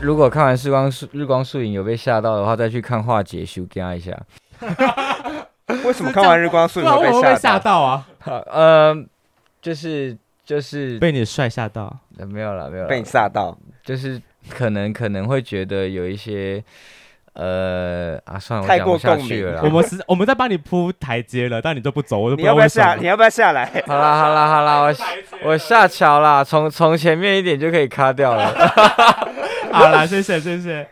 Speaker 4: 如果看完《日光树日光树影》有被吓到的话，再去看化解修加一下。
Speaker 3: 为什么看完《日光树》你会被吓到？
Speaker 2: 到啊？
Speaker 4: 好，呃，就是就是
Speaker 2: 被你的帅吓到？
Speaker 4: 呃没有了，没有
Speaker 3: 被
Speaker 4: 了
Speaker 3: 你，吓到？
Speaker 4: 就是可能可能会觉得有一些呃啊，算了，我
Speaker 3: 太
Speaker 4: 讲
Speaker 3: 过
Speaker 4: 不下
Speaker 3: 共
Speaker 4: 去
Speaker 3: 鸣
Speaker 4: 了啦。
Speaker 2: 我们是，我们在帮你铺台阶了，但你都不走，我都不
Speaker 3: 你
Speaker 2: 知道
Speaker 3: 要不要
Speaker 2: 为什
Speaker 3: 下？
Speaker 2: 么
Speaker 3: 你要不要下来？
Speaker 4: 好啦好啦好啦，我下我下桥啦，从从前面一点就可以卡掉了。
Speaker 2: 好啦，谢谢谢谢。